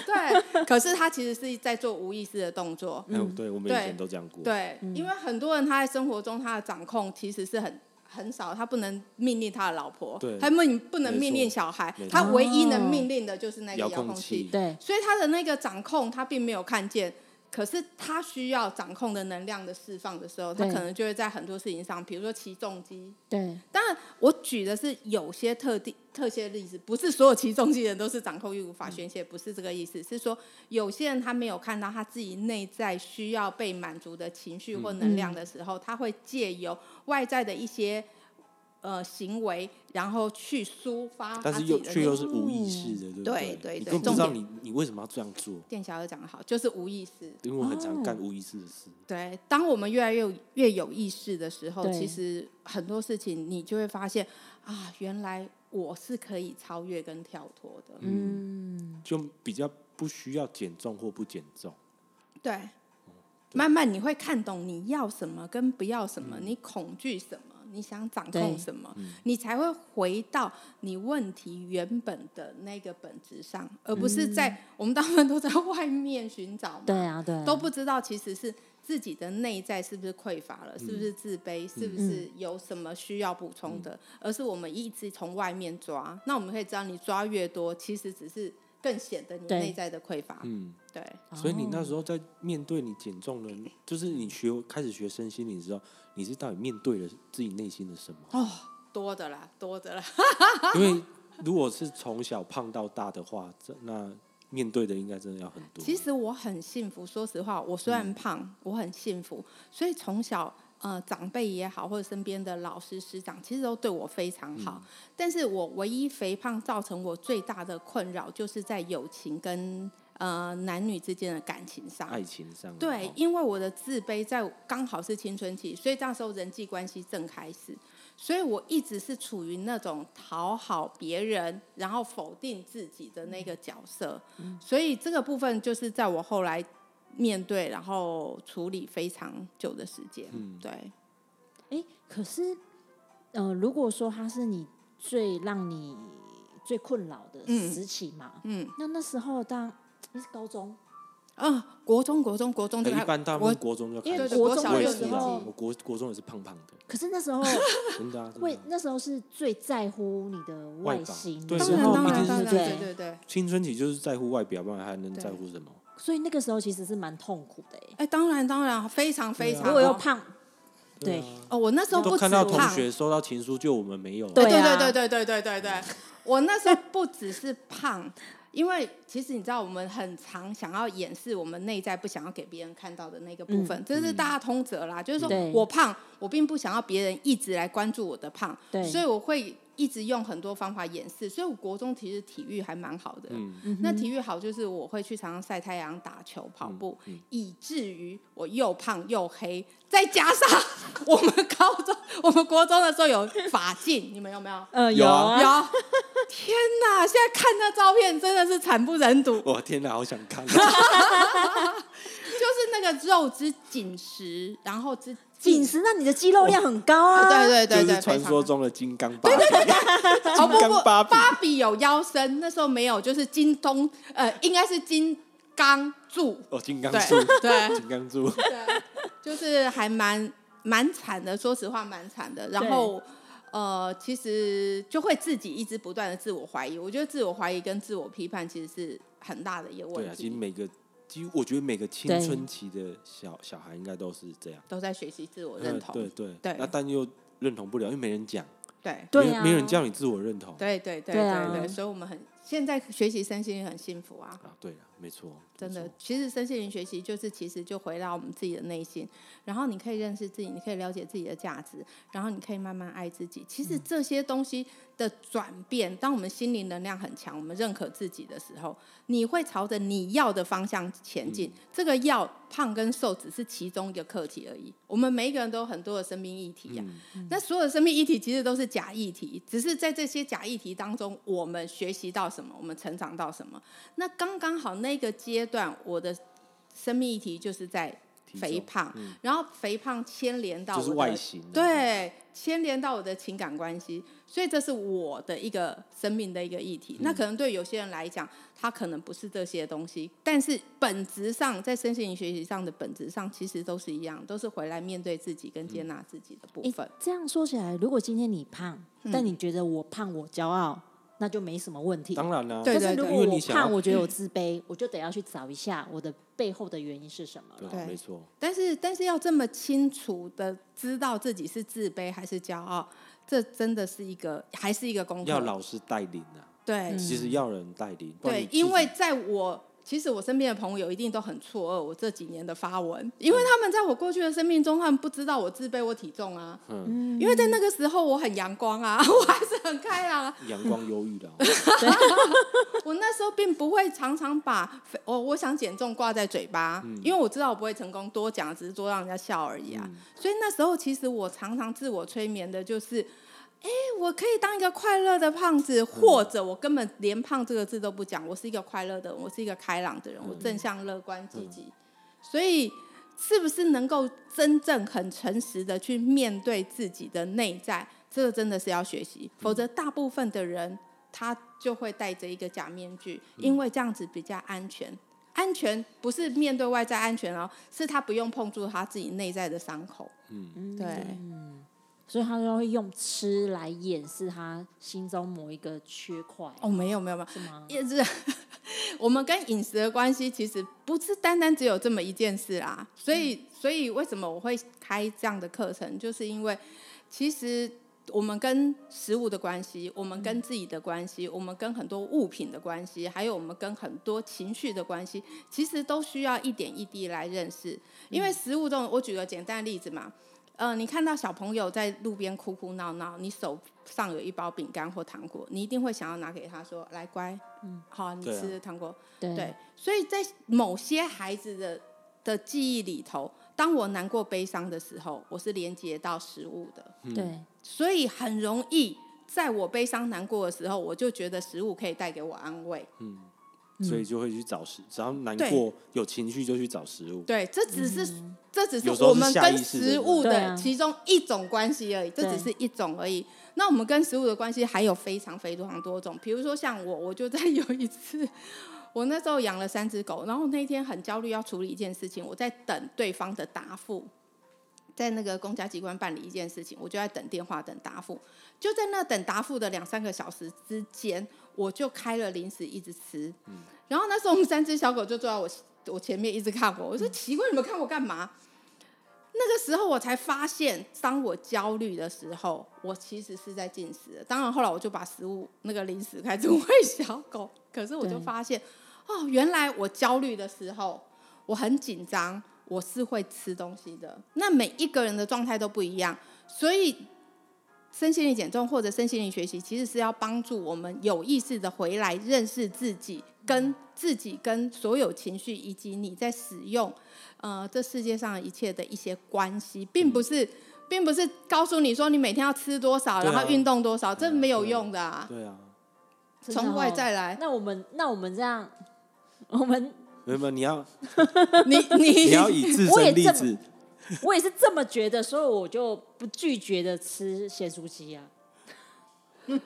[SPEAKER 3] 对，可是他其实是在做无意识的动作。
[SPEAKER 2] 嗯，对我们以
[SPEAKER 3] 对
[SPEAKER 2] 前都这样过，
[SPEAKER 3] 对，因为很多人他在生活中他的掌控其实是很很少，他不能命令他的老婆
[SPEAKER 2] 对，
[SPEAKER 3] 他命不能
[SPEAKER 2] 没错
[SPEAKER 3] 命令小孩
[SPEAKER 2] 没，错
[SPEAKER 3] 他唯一能命令的就是那个
[SPEAKER 2] 遥
[SPEAKER 3] 遥
[SPEAKER 2] 控
[SPEAKER 3] 控
[SPEAKER 2] 器
[SPEAKER 3] 器。
[SPEAKER 1] 对，
[SPEAKER 3] 所以他的那个掌控他并没有看见，可是他需要掌控的能量的释放的时候，他
[SPEAKER 1] 对
[SPEAKER 3] 可能就会在很多事情上，比如说起重机。
[SPEAKER 1] 对，
[SPEAKER 3] 当然，我举的是有些特定特些例子，不是所有起重机的人都是掌控欲无法宣泄，不是这个意思，是说有些人他没有看到他自己内在需要被满足的情绪或能量的时候，他会借由外在的一些呃行为，然后去抒发哦他
[SPEAKER 2] 但
[SPEAKER 3] 自
[SPEAKER 2] 是
[SPEAKER 3] 己
[SPEAKER 2] 又
[SPEAKER 3] 的
[SPEAKER 2] 却
[SPEAKER 3] 内
[SPEAKER 2] 又是无意识的，对不
[SPEAKER 3] 对
[SPEAKER 2] 对，
[SPEAKER 3] 对
[SPEAKER 2] 你
[SPEAKER 3] 对
[SPEAKER 2] 根本不知道
[SPEAKER 3] 重
[SPEAKER 2] 你你为什么要这样做，
[SPEAKER 3] 店小二讲的好，就是无意识。
[SPEAKER 2] 因为我很常
[SPEAKER 1] 哦
[SPEAKER 2] 干无意识的事。
[SPEAKER 3] 对，当我们越来越有越有意识的时候，
[SPEAKER 1] 对
[SPEAKER 3] 其实很多事情你就会发现啊，原来我是可以超越跟跳脱的。
[SPEAKER 1] 嗯，
[SPEAKER 2] 就比较不需要减重或不减重。
[SPEAKER 3] 对，慢慢你会看懂你要什么跟不要什么，你恐惧什么，你想掌控
[SPEAKER 1] 嗯对嗯
[SPEAKER 3] 什么，你才会回到你问题原本的那个本质上，而不是在、我们大部分都在外面寻找嘛。
[SPEAKER 1] 嗯对啊，对啊，
[SPEAKER 3] 都不知道其实是自己的内在是不是匮乏
[SPEAKER 1] 嗯
[SPEAKER 3] 了，是不是自卑，是不是有什么需要补充
[SPEAKER 1] 嗯
[SPEAKER 3] 的，而是我们一直从外面抓。那我们可以知道，你抓越多，其实只是更显得你
[SPEAKER 1] 对
[SPEAKER 3] 内在的匮乏。
[SPEAKER 2] 嗯，
[SPEAKER 3] 对，
[SPEAKER 2] 所以你那
[SPEAKER 1] 哦
[SPEAKER 2] 时候在面对你减重的，就是你学开始学身心灵之后，你是到底面对了自己内心的什么？
[SPEAKER 3] 哦多的啦，多的啦。
[SPEAKER 2] 因为如果是从小胖到大的话，这那面对的应该真的要很多。
[SPEAKER 3] 其实我很幸福，说实话，我虽然胖，我很幸福。所以从小，呃，长辈也好，或者身边的老师师长，其实都对我非常好。但是我唯一肥胖造成我最大的困扰，就是在友情跟呃男女之间的感情上。
[SPEAKER 2] 爱情上啊，
[SPEAKER 3] 对
[SPEAKER 2] 哦，
[SPEAKER 3] 因为我的自卑在刚好是青春期，所以那时候人际关系正开始，所以我一直是处于那种讨好别人，然后否定自己的那个角色，
[SPEAKER 2] 嗯
[SPEAKER 3] 所以这个部分就是在我后来面对，然后处理非常久的时间。
[SPEAKER 2] 嗯
[SPEAKER 3] 对，
[SPEAKER 1] 哎，可是，呃，如果说它是你最让你最困扰的
[SPEAKER 3] 嗯
[SPEAKER 1] 时期嘛，
[SPEAKER 3] 嗯，
[SPEAKER 1] 那那时候当诶是高中，
[SPEAKER 3] 啊，国中，国中，国中就
[SPEAKER 2] 哎可一般大部
[SPEAKER 3] 我
[SPEAKER 2] 分国中就
[SPEAKER 1] 因
[SPEAKER 2] 开
[SPEAKER 1] 为
[SPEAKER 2] 始，
[SPEAKER 1] 国
[SPEAKER 3] 对对
[SPEAKER 1] 中
[SPEAKER 3] 国
[SPEAKER 2] 我也
[SPEAKER 3] 小
[SPEAKER 1] 的
[SPEAKER 2] 是
[SPEAKER 1] 时
[SPEAKER 3] 六年级
[SPEAKER 2] 啊，
[SPEAKER 1] 候
[SPEAKER 2] 我，国国中也是胖胖的，
[SPEAKER 1] 可是那 时候
[SPEAKER 2] 真的啊。真的
[SPEAKER 1] 为
[SPEAKER 2] 啊
[SPEAKER 1] 那时候是最在乎你的外
[SPEAKER 2] 外表
[SPEAKER 1] 形
[SPEAKER 2] 对
[SPEAKER 1] 的
[SPEAKER 3] 当
[SPEAKER 1] 时
[SPEAKER 2] 然
[SPEAKER 1] 候
[SPEAKER 3] 然，当
[SPEAKER 1] 嘛，
[SPEAKER 2] 一
[SPEAKER 3] 然，
[SPEAKER 1] 对
[SPEAKER 2] 定
[SPEAKER 3] 当
[SPEAKER 2] 是
[SPEAKER 1] 不
[SPEAKER 3] 然，
[SPEAKER 2] 最
[SPEAKER 1] 对？
[SPEAKER 3] 对对对。
[SPEAKER 2] 青春期就是在乎外表，不然还能
[SPEAKER 3] 对
[SPEAKER 2] 在乎什么？
[SPEAKER 1] 所以那个时候其实是蛮痛苦的诶。
[SPEAKER 3] 哎，当然，当然，非常非
[SPEAKER 2] 对啊
[SPEAKER 3] 常。
[SPEAKER 1] 如果又胖，对
[SPEAKER 2] 啊
[SPEAKER 3] 哦，我那时候不
[SPEAKER 2] 都
[SPEAKER 3] 止
[SPEAKER 2] 看到同
[SPEAKER 3] 胖
[SPEAKER 2] 学收到情书，就我们没有啊。
[SPEAKER 1] 对
[SPEAKER 3] 对
[SPEAKER 1] 啊
[SPEAKER 3] 对对对对对对， 我那时候不只是胖，因为其实你知道，我们很常想要掩饰我们内在不想要给别人看到的那个部分，
[SPEAKER 2] 嗯
[SPEAKER 3] 这是大家通则啦。就是说
[SPEAKER 1] 对
[SPEAKER 3] 我胖，我并不想要别人一直来关注我的胖，
[SPEAKER 1] 对
[SPEAKER 3] 所以我会一直用很多方法掩饰。所以我国中其实体育还蛮好的，
[SPEAKER 2] 嗯，嗯
[SPEAKER 3] 那体育好就是我会去常常晒太阳、打球、跑步，以至于我又胖又黑，再加上我们高中、我们国中的时候有法镜，你们 有没有？
[SPEAKER 1] 呃，
[SPEAKER 2] 有啊
[SPEAKER 1] 啊，
[SPEAKER 3] 有。天哪！现在看那照片真的是惨不忍睹，
[SPEAKER 2] 我天哪，好想看啊。
[SPEAKER 3] 就是那个肉之紧实，然后之
[SPEAKER 1] 紧实，那你的肌肉量很高啊。
[SPEAKER 3] 对对对
[SPEAKER 2] 就
[SPEAKER 3] 对，
[SPEAKER 2] 是传
[SPEAKER 3] 非常
[SPEAKER 2] 说中的金刚芭比，
[SPEAKER 3] 哦
[SPEAKER 2] 金
[SPEAKER 3] 不不
[SPEAKER 2] 刚，芭比
[SPEAKER 3] 芭比有腰身，那时候没有，就是金东呃，应该是金刚柱，
[SPEAKER 2] 哦，金刚柱，
[SPEAKER 3] 对对。
[SPEAKER 2] 金刚 柱，
[SPEAKER 3] 对，啊就是还蛮蛮惨的，说实话蛮惨的。然后呃，其实就会自己一直不断的自我怀疑。我觉得自我怀疑跟自我批判其实是很大的一个
[SPEAKER 2] 对啊
[SPEAKER 3] 问，
[SPEAKER 2] 其实
[SPEAKER 3] 题。
[SPEAKER 2] 每个几乎我觉得每个青
[SPEAKER 1] 对
[SPEAKER 2] 春期的小小孩应该都是这样，
[SPEAKER 3] 都在学习自我认同，
[SPEAKER 2] 嗯对对
[SPEAKER 3] 对
[SPEAKER 2] 那但又认同不了，因为没人讲，
[SPEAKER 3] 对
[SPEAKER 1] 对
[SPEAKER 2] 没有
[SPEAKER 1] 啊
[SPEAKER 2] 没有人叫你自我认同，
[SPEAKER 3] 对对对
[SPEAKER 1] 对啊
[SPEAKER 3] 对对，所以我们很现在学习身心灵很幸福啊，
[SPEAKER 2] 啊，对了，没错，
[SPEAKER 3] 真
[SPEAKER 2] 没
[SPEAKER 3] 的
[SPEAKER 2] 错。
[SPEAKER 3] 其实身心灵学习就是其实就回到我们自己的内心，然后你可以认识自己，你可以了解自己的价值，然后你可以慢慢爱自己。其
[SPEAKER 2] 嗯
[SPEAKER 3] 实这些东西的转变，当我们心灵能量很强，我们认可自己的时候，你会朝着你要的方向前
[SPEAKER 2] 嗯
[SPEAKER 3] 进。这个要胖跟瘦只是其中一个课题而已。我们每一个人都有很多的生命议题呀、
[SPEAKER 2] 嗯
[SPEAKER 3] 那所有的生命议题其实都是假议题，只是在这些假议题当中，我们学习到什么，我们成长到什么。那刚刚好那个阶段，我的生命议题就是在
[SPEAKER 2] 体
[SPEAKER 3] 肥
[SPEAKER 2] 重
[SPEAKER 3] 胖，然后肥胖牵连
[SPEAKER 2] 嗯
[SPEAKER 3] 到
[SPEAKER 2] 就
[SPEAKER 3] 我
[SPEAKER 2] 是
[SPEAKER 3] 的
[SPEAKER 2] 外形啊，
[SPEAKER 3] 对，牵连到我的情感关系，所以这是我的一个生命的一个议题。
[SPEAKER 2] 嗯
[SPEAKER 3] 那可能对有些人来讲，他可能不是这些东西，但是本质上在身心灵学习上的本质上，其实都是一样，都是回来面对自己跟接
[SPEAKER 2] 嗯
[SPEAKER 3] 纳自己的部
[SPEAKER 1] 诶
[SPEAKER 3] 分。
[SPEAKER 1] 这样说起来，如果今天你胖，
[SPEAKER 3] 嗯
[SPEAKER 1] 但你觉得我胖我骄傲，那就没什么问题。
[SPEAKER 2] 当然啦、
[SPEAKER 3] 对嗯
[SPEAKER 1] 但是如
[SPEAKER 2] 因为
[SPEAKER 1] 果
[SPEAKER 2] 你
[SPEAKER 1] 我
[SPEAKER 2] 想要
[SPEAKER 1] 胖，我觉得我自卑，我就得要去找一下我的背后的原因是什么了。
[SPEAKER 2] 对
[SPEAKER 3] 对
[SPEAKER 2] 啊，没错，
[SPEAKER 3] 但是，但是要这么清楚的知道自己是自卑还是骄傲，这真的是一个还是一个功课。
[SPEAKER 2] 要老师带领啊，
[SPEAKER 3] 对，
[SPEAKER 2] 其实要人带领，不然你
[SPEAKER 3] 嗯对，
[SPEAKER 2] 自己
[SPEAKER 3] 因为在我其实我身边的朋友一定都很错愕我这几年的发文，
[SPEAKER 2] 嗯
[SPEAKER 3] 因为他们在我过去的生命中，他们不知道我自卑、我体重啊。
[SPEAKER 1] 嗯
[SPEAKER 3] 因为在那个时候我很阳光啊， 我还是很开朗啊。
[SPEAKER 2] 阳光忧郁的啊，
[SPEAKER 3] 我那时候并不会常常把肥我我想减重挂在嘴巴，因为我知道我不会成功，多讲只是多让人家笑而已啊。所以那时候其实我常常自我催眠的就是。哎，我可以当一个快乐的胖子，或者我根本连“胖”这个字都不讲，我是一个快乐的人，我是一个开朗的人，我正向、乐观、积极。所以，是不是能够真正很诚实的去面对自己的内在，这个真的是要学习，否则大部分的人他就会戴着一个假面具，因为这样子比较安全。安全不是面对外在安全哦，是他不用碰触他自己内在的伤口。
[SPEAKER 2] 嗯，
[SPEAKER 1] 嗯
[SPEAKER 3] 对，
[SPEAKER 1] 所以他就会用吃来掩饰他心中某一个缺块，
[SPEAKER 3] 哦，没有没有没有，
[SPEAKER 1] 是吗？
[SPEAKER 3] 也是我们跟饮食的关系，其实不是单单只有这么一件事啦。所以，所以为什么我会开这样的课程，就是因为其实我们跟食物的关系，我们跟自己的关系，我们跟很多物品的关系，还有我们跟很多情绪的关系，其实都需要一点一滴来认识。因为食物这种，我举个简单的例子嘛。呃，你看到小朋友在路边哭哭闹闹，你手上有一包饼干或糖果，你一定会想要拿给他说：“来，乖，嗯，好，你
[SPEAKER 2] 对啊
[SPEAKER 3] 吃糖果。
[SPEAKER 1] 对
[SPEAKER 3] 对，所以在某些孩子的的记忆里头，当我难过、悲伤的时候，我是连接到食物的，
[SPEAKER 2] 嗯
[SPEAKER 1] 对
[SPEAKER 3] 所以很容易在我悲伤、难过的时候，我就觉得食物可以带给我安慰。
[SPEAKER 2] 所以就会去找食，只要难
[SPEAKER 3] 嗯对
[SPEAKER 2] 过有情绪就去找食物，
[SPEAKER 3] 对，这只是、这只是
[SPEAKER 2] 有时候
[SPEAKER 3] 我
[SPEAKER 2] 是
[SPEAKER 3] 们
[SPEAKER 2] 下
[SPEAKER 3] 跟
[SPEAKER 2] 意识的
[SPEAKER 3] 食物
[SPEAKER 1] 嗯对
[SPEAKER 3] 的
[SPEAKER 1] 啊
[SPEAKER 3] 其中一种关系而已，这只
[SPEAKER 1] 对
[SPEAKER 3] 是一种而已。那我们跟食物的关系还有非常非常多种，比如说像我，我就在有一次，我那时候养了三只狗，然后那天很焦虑要处理一件事情，我在等对方的答复。在那个公家机关办理一件事情，我就在等电话等答复，就在那等答复的两三个小时之间，我就开了零食一直吃。然后那时候我们三只小狗就坐在我我前面一直看我，我说奇怪，你们看我干嘛？那个时候我才发现，当我焦虑的时候，我其实是在进食的。当然后来我就把食物那个零食开始喂小狗， 可是我就
[SPEAKER 1] 对
[SPEAKER 3] 发现，哦，原来我焦虑的时候，我很紧张，我是会吃东西的。那每一个人的状态都不一样，所以身心灵减重或者身心灵学习，其实是要帮助我们有意识的回来认识自己，跟自己跟所有情绪，以及你在使用呃这世界上一切的一些关
[SPEAKER 2] 嗯
[SPEAKER 3] 系，并不是。并不是告诉你说你每天要吃多少，
[SPEAKER 2] 对啊
[SPEAKER 3] 然后运动多少，这
[SPEAKER 2] 对啊
[SPEAKER 3] 没有
[SPEAKER 2] 对啊
[SPEAKER 3] 用的啊。
[SPEAKER 2] 对啊，
[SPEAKER 1] 真的
[SPEAKER 3] 从外
[SPEAKER 1] 哦
[SPEAKER 3] 再来，
[SPEAKER 1] 那我们那我们这样，我们
[SPEAKER 2] 没有没有，你要
[SPEAKER 3] 你 你
[SPEAKER 2] 你要以自
[SPEAKER 1] 我也
[SPEAKER 2] 身例
[SPEAKER 1] 这么
[SPEAKER 2] 子，
[SPEAKER 1] 我也是这么觉得，所以我就不拒绝的吃咸酥鸡啊。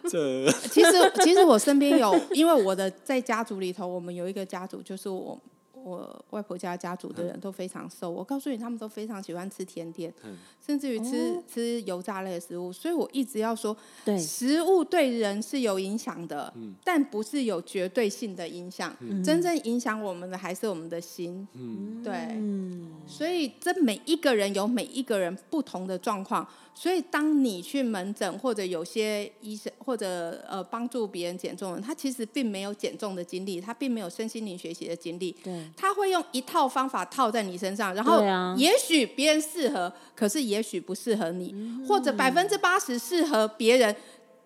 [SPEAKER 2] 这
[SPEAKER 3] 其实，其实我身边有，因为我的在家族里头，我们有一个家族，就是我我外婆家家族的人都非常瘦，我告诉你，他们都非常喜欢吃甜点，
[SPEAKER 2] 嗯
[SPEAKER 3] 甚至于吃、吃油炸类的食物。所以我一直要说，
[SPEAKER 1] 对，
[SPEAKER 3] 食物对人是有影响的，
[SPEAKER 2] 嗯
[SPEAKER 3] 但不是有绝对性的影响。
[SPEAKER 1] 嗯
[SPEAKER 3] 真正影响我们的还是我们的心。
[SPEAKER 2] 嗯，
[SPEAKER 3] 对
[SPEAKER 1] 嗯，
[SPEAKER 3] 所以，这每一个人有每一个人不同的状况。所以，当你去门诊或者有些医生或者呃帮助别人减重的人，他其实并没有减重的经历，他并没有身心灵学习的经历，
[SPEAKER 1] 对，
[SPEAKER 3] 他会用一套方法套在你身上，然后
[SPEAKER 1] 对啊
[SPEAKER 3] 也许别人适合，可是也许不适合你，
[SPEAKER 1] 嗯
[SPEAKER 3] 或者百分之八十适合别人，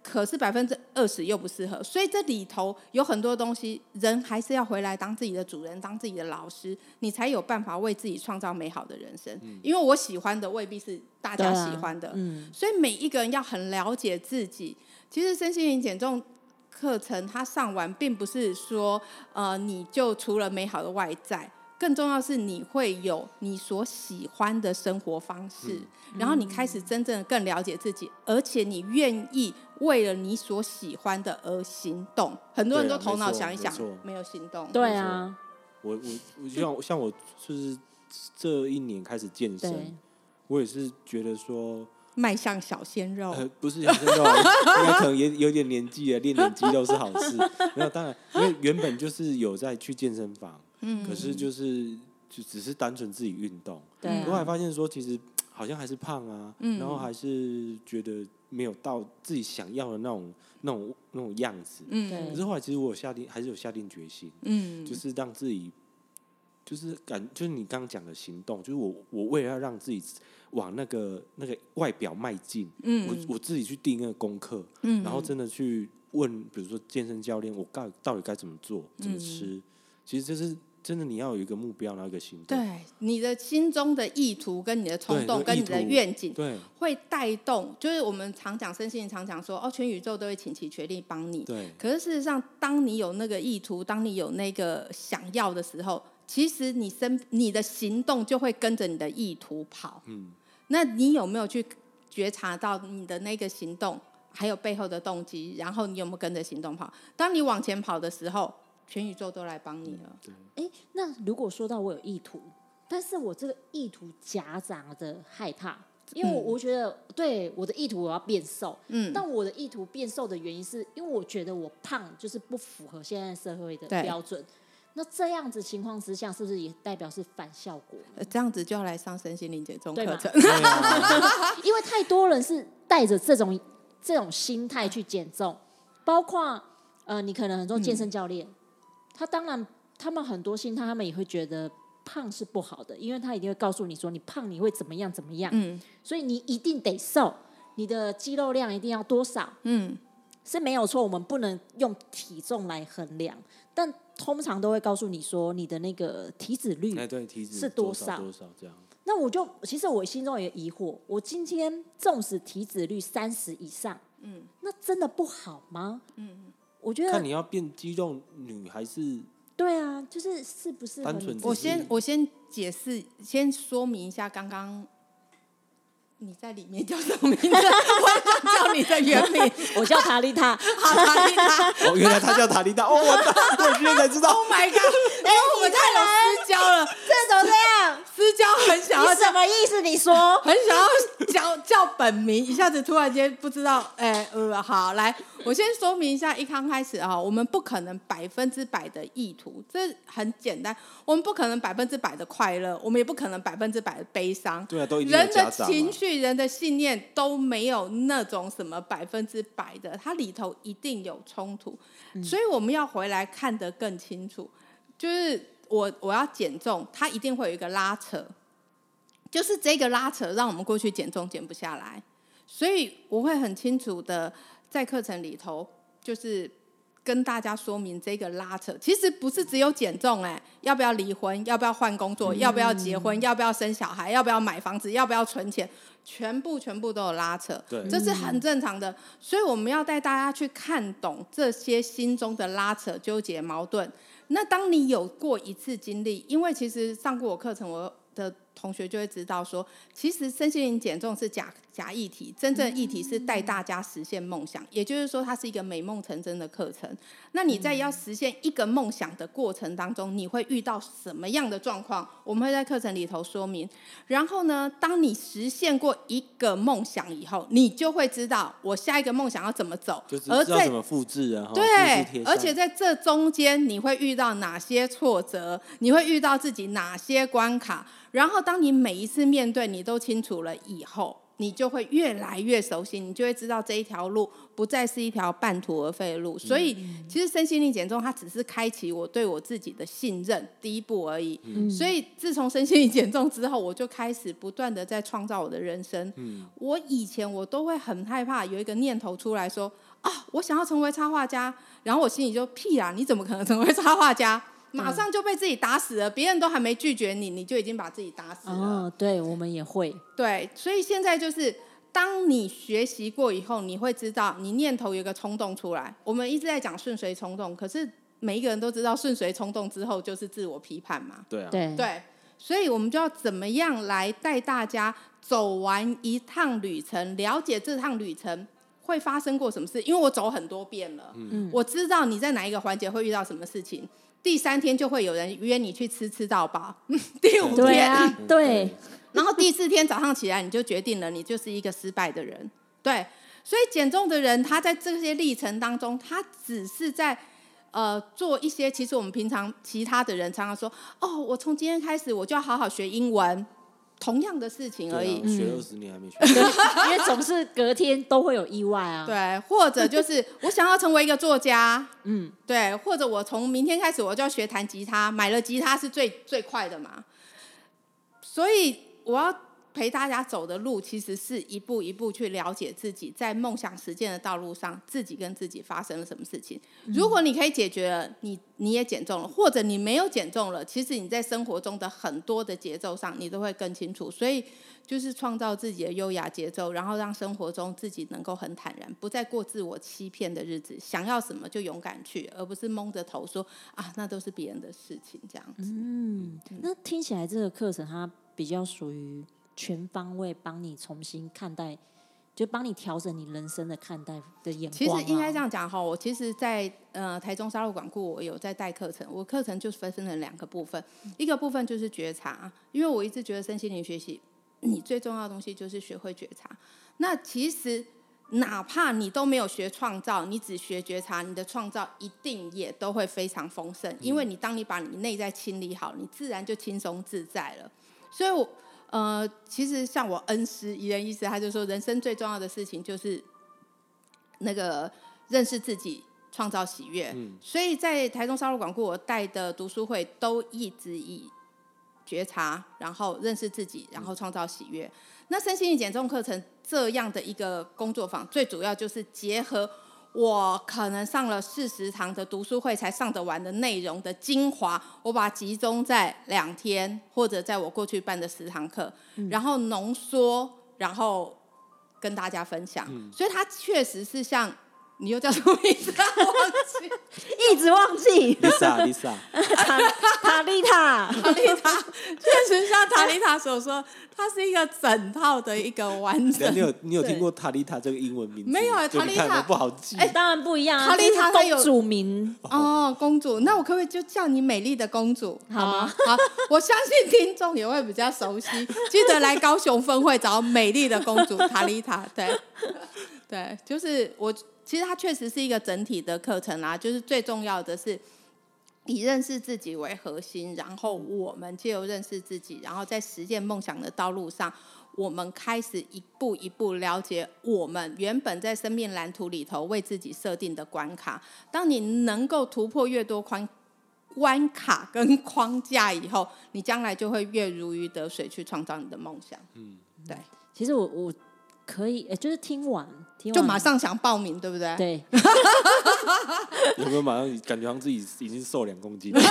[SPEAKER 3] 可是百分之二十又不适合。所以这里头有很多东西，人还是要回来当自己的主人，当自己的老师，你才有办法为自己创造美好的人生。因为我喜欢的未必是大
[SPEAKER 1] 嗯对
[SPEAKER 3] 家
[SPEAKER 1] 啊
[SPEAKER 3] 喜欢的，
[SPEAKER 1] 嗯，
[SPEAKER 3] 所以每一个人要很了解自己。其实身心灵减重课程，它上完并不是说，呃，你就除了美好的外在，更重要是你会有你所喜欢的生活方式，
[SPEAKER 2] 嗯
[SPEAKER 3] 然后你开始真正更了解自己，而且你愿意为了你所喜欢的而行动。很多人
[SPEAKER 2] 对
[SPEAKER 3] 都
[SPEAKER 2] 啊
[SPEAKER 3] 头脑
[SPEAKER 2] 没错
[SPEAKER 3] 想一想
[SPEAKER 2] 没错，
[SPEAKER 3] 没有行动。
[SPEAKER 1] 对啊，
[SPEAKER 2] 我我我像像我就是这一年开始健
[SPEAKER 3] 嗯
[SPEAKER 1] 对
[SPEAKER 2] 身，，我也是觉得说，
[SPEAKER 3] 迈向小鲜肉，
[SPEAKER 2] 呃，不是养生肉啊，应该可能也有点年纪了，练练肌肉是好事。没有，当然，因为原本就是有在去健身房，
[SPEAKER 3] 嗯，
[SPEAKER 2] 可是就是就只是单纯自己运动，
[SPEAKER 1] 对
[SPEAKER 3] 嗯
[SPEAKER 2] 我后来
[SPEAKER 1] 啊，
[SPEAKER 2] 发现说，其实好像还是胖啊，然后还是觉得没有到自己想要的那种那种那种样子。
[SPEAKER 1] 对
[SPEAKER 2] 可
[SPEAKER 3] 嗯
[SPEAKER 2] 是后来其实我有下定还是有下定决心，
[SPEAKER 3] 嗯，
[SPEAKER 2] 就是让自己，就是感，就是你刚刚讲的行动，就是我我为了要让自己往那个那个外表迈进，
[SPEAKER 3] 嗯
[SPEAKER 2] 我我自己去定那个功课，
[SPEAKER 3] 嗯
[SPEAKER 2] 然后真的去问，比如说健身教练，我该到底该怎么做，怎么吃，其实就是真的你要有一个目标，然后一个行动，
[SPEAKER 3] 对你的心中的意图、跟你的冲
[SPEAKER 2] 对
[SPEAKER 3] 动、
[SPEAKER 2] 那个
[SPEAKER 3] 跟
[SPEAKER 2] 意
[SPEAKER 3] 你的
[SPEAKER 2] 图
[SPEAKER 3] 愿景，
[SPEAKER 2] 对
[SPEAKER 3] 会带动，就是我们常讲身心灵常讲说，哦，全宇宙都会倾其全力帮你。
[SPEAKER 2] 对
[SPEAKER 3] 可是事实上，当你有那个意图，当你有那个想要的时候，其实你身你的行动就会跟着你的意图跑。
[SPEAKER 2] 嗯，
[SPEAKER 3] 那你有没有去觉察到你的那个行动，还有背后的动机？然后你有没有跟着行动跑？当你往前跑的时候，全宇宙都来帮你了。
[SPEAKER 1] 哎，那如果说到我有意图，但是我这个意图夹杂着害怕，因为我我觉得对我的意图我要变瘦，
[SPEAKER 3] 嗯，
[SPEAKER 1] 但我的意图变瘦的原因是因为我觉得我胖就是不符合现在社会的
[SPEAKER 3] 对
[SPEAKER 1] 标准。那这样子情况之下，是不是也代表是反效果呢？
[SPEAKER 3] 呃这样子就要来上身心灵解重
[SPEAKER 1] 对
[SPEAKER 3] 课
[SPEAKER 1] 嘛
[SPEAKER 3] 程。
[SPEAKER 2] 对啊
[SPEAKER 1] 因为太多人是带着这种这种心态去减重，包括呃，你可能很多健身教
[SPEAKER 3] 嗯
[SPEAKER 1] 练，他当然他们很多心态，他们也会觉得胖是不好的，因为他一定会告诉你说你胖你会怎么样怎么样，
[SPEAKER 3] 嗯
[SPEAKER 1] 所以你一定得瘦，你的肌肉量一定要多少
[SPEAKER 3] 嗯，
[SPEAKER 1] 是没有错，我们不能用体重来衡量，但通常都会告诉你说你的那个体脂
[SPEAKER 3] 嗯
[SPEAKER 1] 率
[SPEAKER 2] 哎对，体脂
[SPEAKER 1] 是多
[SPEAKER 2] 多
[SPEAKER 1] 少
[SPEAKER 2] 多少这样，
[SPEAKER 1] 那我就其实我心中有疑惑，我今天纵使体脂率三十以上，嗯，那真的不好吗？嗯，我觉
[SPEAKER 2] 看
[SPEAKER 1] 得
[SPEAKER 2] 你要变肌肉女还是
[SPEAKER 1] 对啊，就是是不是
[SPEAKER 2] 单纯
[SPEAKER 1] 很
[SPEAKER 2] 只
[SPEAKER 3] 我
[SPEAKER 2] 是
[SPEAKER 3] 先我先解释，先说明一下刚刚。你在里面叫什么 名字？我想叫你的原名。
[SPEAKER 1] 我叫塔丽塔，
[SPEAKER 3] 好，塔丽塔。
[SPEAKER 2] 哦，原来她叫塔丽达，哦，我我今天才知道，
[SPEAKER 3] Oh my god！哎、我们太有私交了，
[SPEAKER 1] 这怎么这样？
[SPEAKER 3] 私交很想要
[SPEAKER 1] 你
[SPEAKER 3] 叫
[SPEAKER 1] 什，么意思？你说
[SPEAKER 3] 很想要叫叫本名，一下子突然间不知道。哎、呃，好，来，我先说明一下，一刚开始啊，我们不可能百分之百的意图，这很简单。我们不可能百分之百的快乐，我们也不可能百分之百的悲伤。
[SPEAKER 2] 对啊，都一定有
[SPEAKER 3] 人
[SPEAKER 2] 家
[SPEAKER 3] 的
[SPEAKER 2] 长
[SPEAKER 3] 情绪、人的信念都没有那种什么百分之百的，它里头一定有冲突，
[SPEAKER 2] 嗯
[SPEAKER 3] 所以我们要回来看得更清楚。就是我我要减重，它一定会有一个拉扯，就是这个拉扯让我们过去减重减不下来，所以我会很清楚的在课程里头就是。跟大家说明这个拉扯，其实不是只有减重哎、要不要离婚？要不要换工作？要不要结婚？要不要生小孩？要不要买房子？要不要存钱？全部全部都有拉扯，
[SPEAKER 2] 对
[SPEAKER 3] 这是很正常的。所以我们要带大家去看懂这些心中的拉扯、纠结、矛盾。那当你有过一次经历，因为其实上过我课程，我的同学就会知道说，其实身心灵减重是夹假议题，真正议题是带大家实现梦想，也就是说，它是一个美梦成真的课程。那你在要实现一个梦想的过程当中，你会遇到什么样的状况？我们会在课程里头说明。然后呢，当你实现过一个梦想以后，你就会知道我下一个梦想要怎么走
[SPEAKER 2] 就，是
[SPEAKER 3] 而
[SPEAKER 2] 知道
[SPEAKER 3] 在
[SPEAKER 2] 怎么复制啊，哈复制
[SPEAKER 3] 对，
[SPEAKER 2] 贴上
[SPEAKER 3] 而且在这中间你会遇到哪些挫折？你会遇到自己哪些关卡？然后当你每一次面对你都清楚了以后，你就会越来越熟悉，你就会知道这一条路不再是一条半途而废的
[SPEAKER 2] 嗯
[SPEAKER 3] 路。所以，其实身心灵减重它只是开启我对我自己的信任第一步而已。所以，自从身心灵减重之后，我就开始不断的在创造我的人生。我以前我都会很害怕，有一个念头出来说啊，我想要成为插画家，然后我心里就屁啊，你怎么可能成为插画家？马上就被自己打死了，别人都还没拒绝你，你就已经把自己打死了。
[SPEAKER 1] 哦，对，我们也会，
[SPEAKER 3] 对，所以现在就是，当你学习过以后，你会知道你念头有一个冲动出来。我们一直在讲顺随冲动，可是每一个人都知道顺随冲动之后就是自我批判嘛。
[SPEAKER 2] 对啊，
[SPEAKER 1] 对，
[SPEAKER 3] 对，所以我们就要怎么样来带大家走完一趟旅程，了解这趟旅程会发生过什么事？因为我走很多遍了，
[SPEAKER 1] 嗯
[SPEAKER 3] 我知道你在哪一个环节会遇到什么事情。第三天就会有人约你去吃吃到饱， 第五
[SPEAKER 1] 对
[SPEAKER 3] 天，
[SPEAKER 1] 啊，对，
[SPEAKER 3] 然后第四天早上起来你就决定了，你就是一个失败的人。对，所以减重的人，他在这些历程当中，他只是在呃做一些，其实我们平常其他的人常常说，哦，我从今天开始我就要好好学英文，同样的事情
[SPEAKER 2] 对啊
[SPEAKER 3] 而已。
[SPEAKER 2] 学了
[SPEAKER 1] 嗯
[SPEAKER 2] 二十年还没学。
[SPEAKER 1] 因为总是隔天都会有意外啊，
[SPEAKER 3] 对，或者就是我想要成为一个作家，
[SPEAKER 1] 嗯，
[SPEAKER 3] 对，或者我从明天开始我就要学弹吉他，买了吉他是最最快的嘛。所以我要陪大家走的路，其实是一步一步去了解自己在梦想实践的道路上，自己跟自己发生了什么事情。
[SPEAKER 1] 嗯
[SPEAKER 3] 如果你可以解决了，你你也减重了，或者你没有减重了，其实你在生活中的很多的节奏上，你都会更清楚。所以就是创造自己的优雅节奏，然后让生活中自己能够很坦然，不再过自我欺骗的日子。想要什么就勇敢去，而不是蒙着头说啊，那都是别人的事情这样子。
[SPEAKER 1] 嗯，那听起来这个课程它比较属于全方位帮你重新看待，就帮你调整你人生的看待的眼
[SPEAKER 3] 其实
[SPEAKER 1] 光、啊。
[SPEAKER 3] 应该这样讲哈，我其实在，呃台中沙肉馆库，我有在带课程。我课程就分成两个部分，
[SPEAKER 1] 嗯
[SPEAKER 3] 一个部分就是觉察，因为我一直觉得身心灵学习，你最重要的东西就是学会觉察。那其实哪怕你都没有学创造，你只学觉察，你的创造一定也都会非常丰盛，因为
[SPEAKER 1] 嗯
[SPEAKER 3] 你当你把你内在清理好，你自然就轻松自在了。所以我，呃，其实像我恩师怡人医师，他就说，人生最重要的事情就是那个认识自己，创造喜悦。所以在台中沙鹿广固，我带的读书会都一直以觉察，然后认识自己，然后创造喜悦。那身心灵减重课程这样的一个工作坊，最主要就是结合我可能上了四十堂的读书会才上得完的内容的精华，我把它集中在两天，或者在我过去办的十堂课，然后浓缩，然后跟大家分享。所以它确实是像你又叫什么名字啊？我忘记了
[SPEAKER 1] 一直忘 记
[SPEAKER 2] Lisa Lisa，
[SPEAKER 1] 塔塔丽塔，
[SPEAKER 3] 塔丽塔，确实像塔丽塔所说，它是一个整套的一个完
[SPEAKER 2] 等下
[SPEAKER 3] 整
[SPEAKER 2] 你。有你有
[SPEAKER 1] 对
[SPEAKER 2] 听过塔丽塔这个英文名字吗？
[SPEAKER 3] 没有啊
[SPEAKER 2] 就你看
[SPEAKER 3] Talita
[SPEAKER 2] 我不好记。
[SPEAKER 1] 哎，当然不一样啊，
[SPEAKER 3] 塔丽塔
[SPEAKER 1] 这
[SPEAKER 3] 它
[SPEAKER 1] 是
[SPEAKER 3] 有
[SPEAKER 1] 公主名，
[SPEAKER 3] 哦，公主，那我可不可以就叫你美丽的公主，
[SPEAKER 1] 好
[SPEAKER 3] 好
[SPEAKER 1] 啊
[SPEAKER 3] 吗？好，我相信听众也会比较熟悉，记得来高雄分会找美丽的公主塔丽塔。对，对，就是我，其实它确实是一个整体的课程啦、就是最重要的是。以认识自己为核心，然后我们借由认识自己，然后在实现梦想的道路上，我们开始一步一步了解我们原本在生命蓝图里头为自己设定的关卡。当你能够突破越多关关卡跟框架以后，你将来就会越如鱼得水去创造你的梦想。
[SPEAKER 1] 其实我我可以，呃就是听完听完
[SPEAKER 3] 就马上想报名，对不对？
[SPEAKER 1] 对，
[SPEAKER 2] 有没有马上感觉好像自己已经瘦两公斤了？
[SPEAKER 3] 啊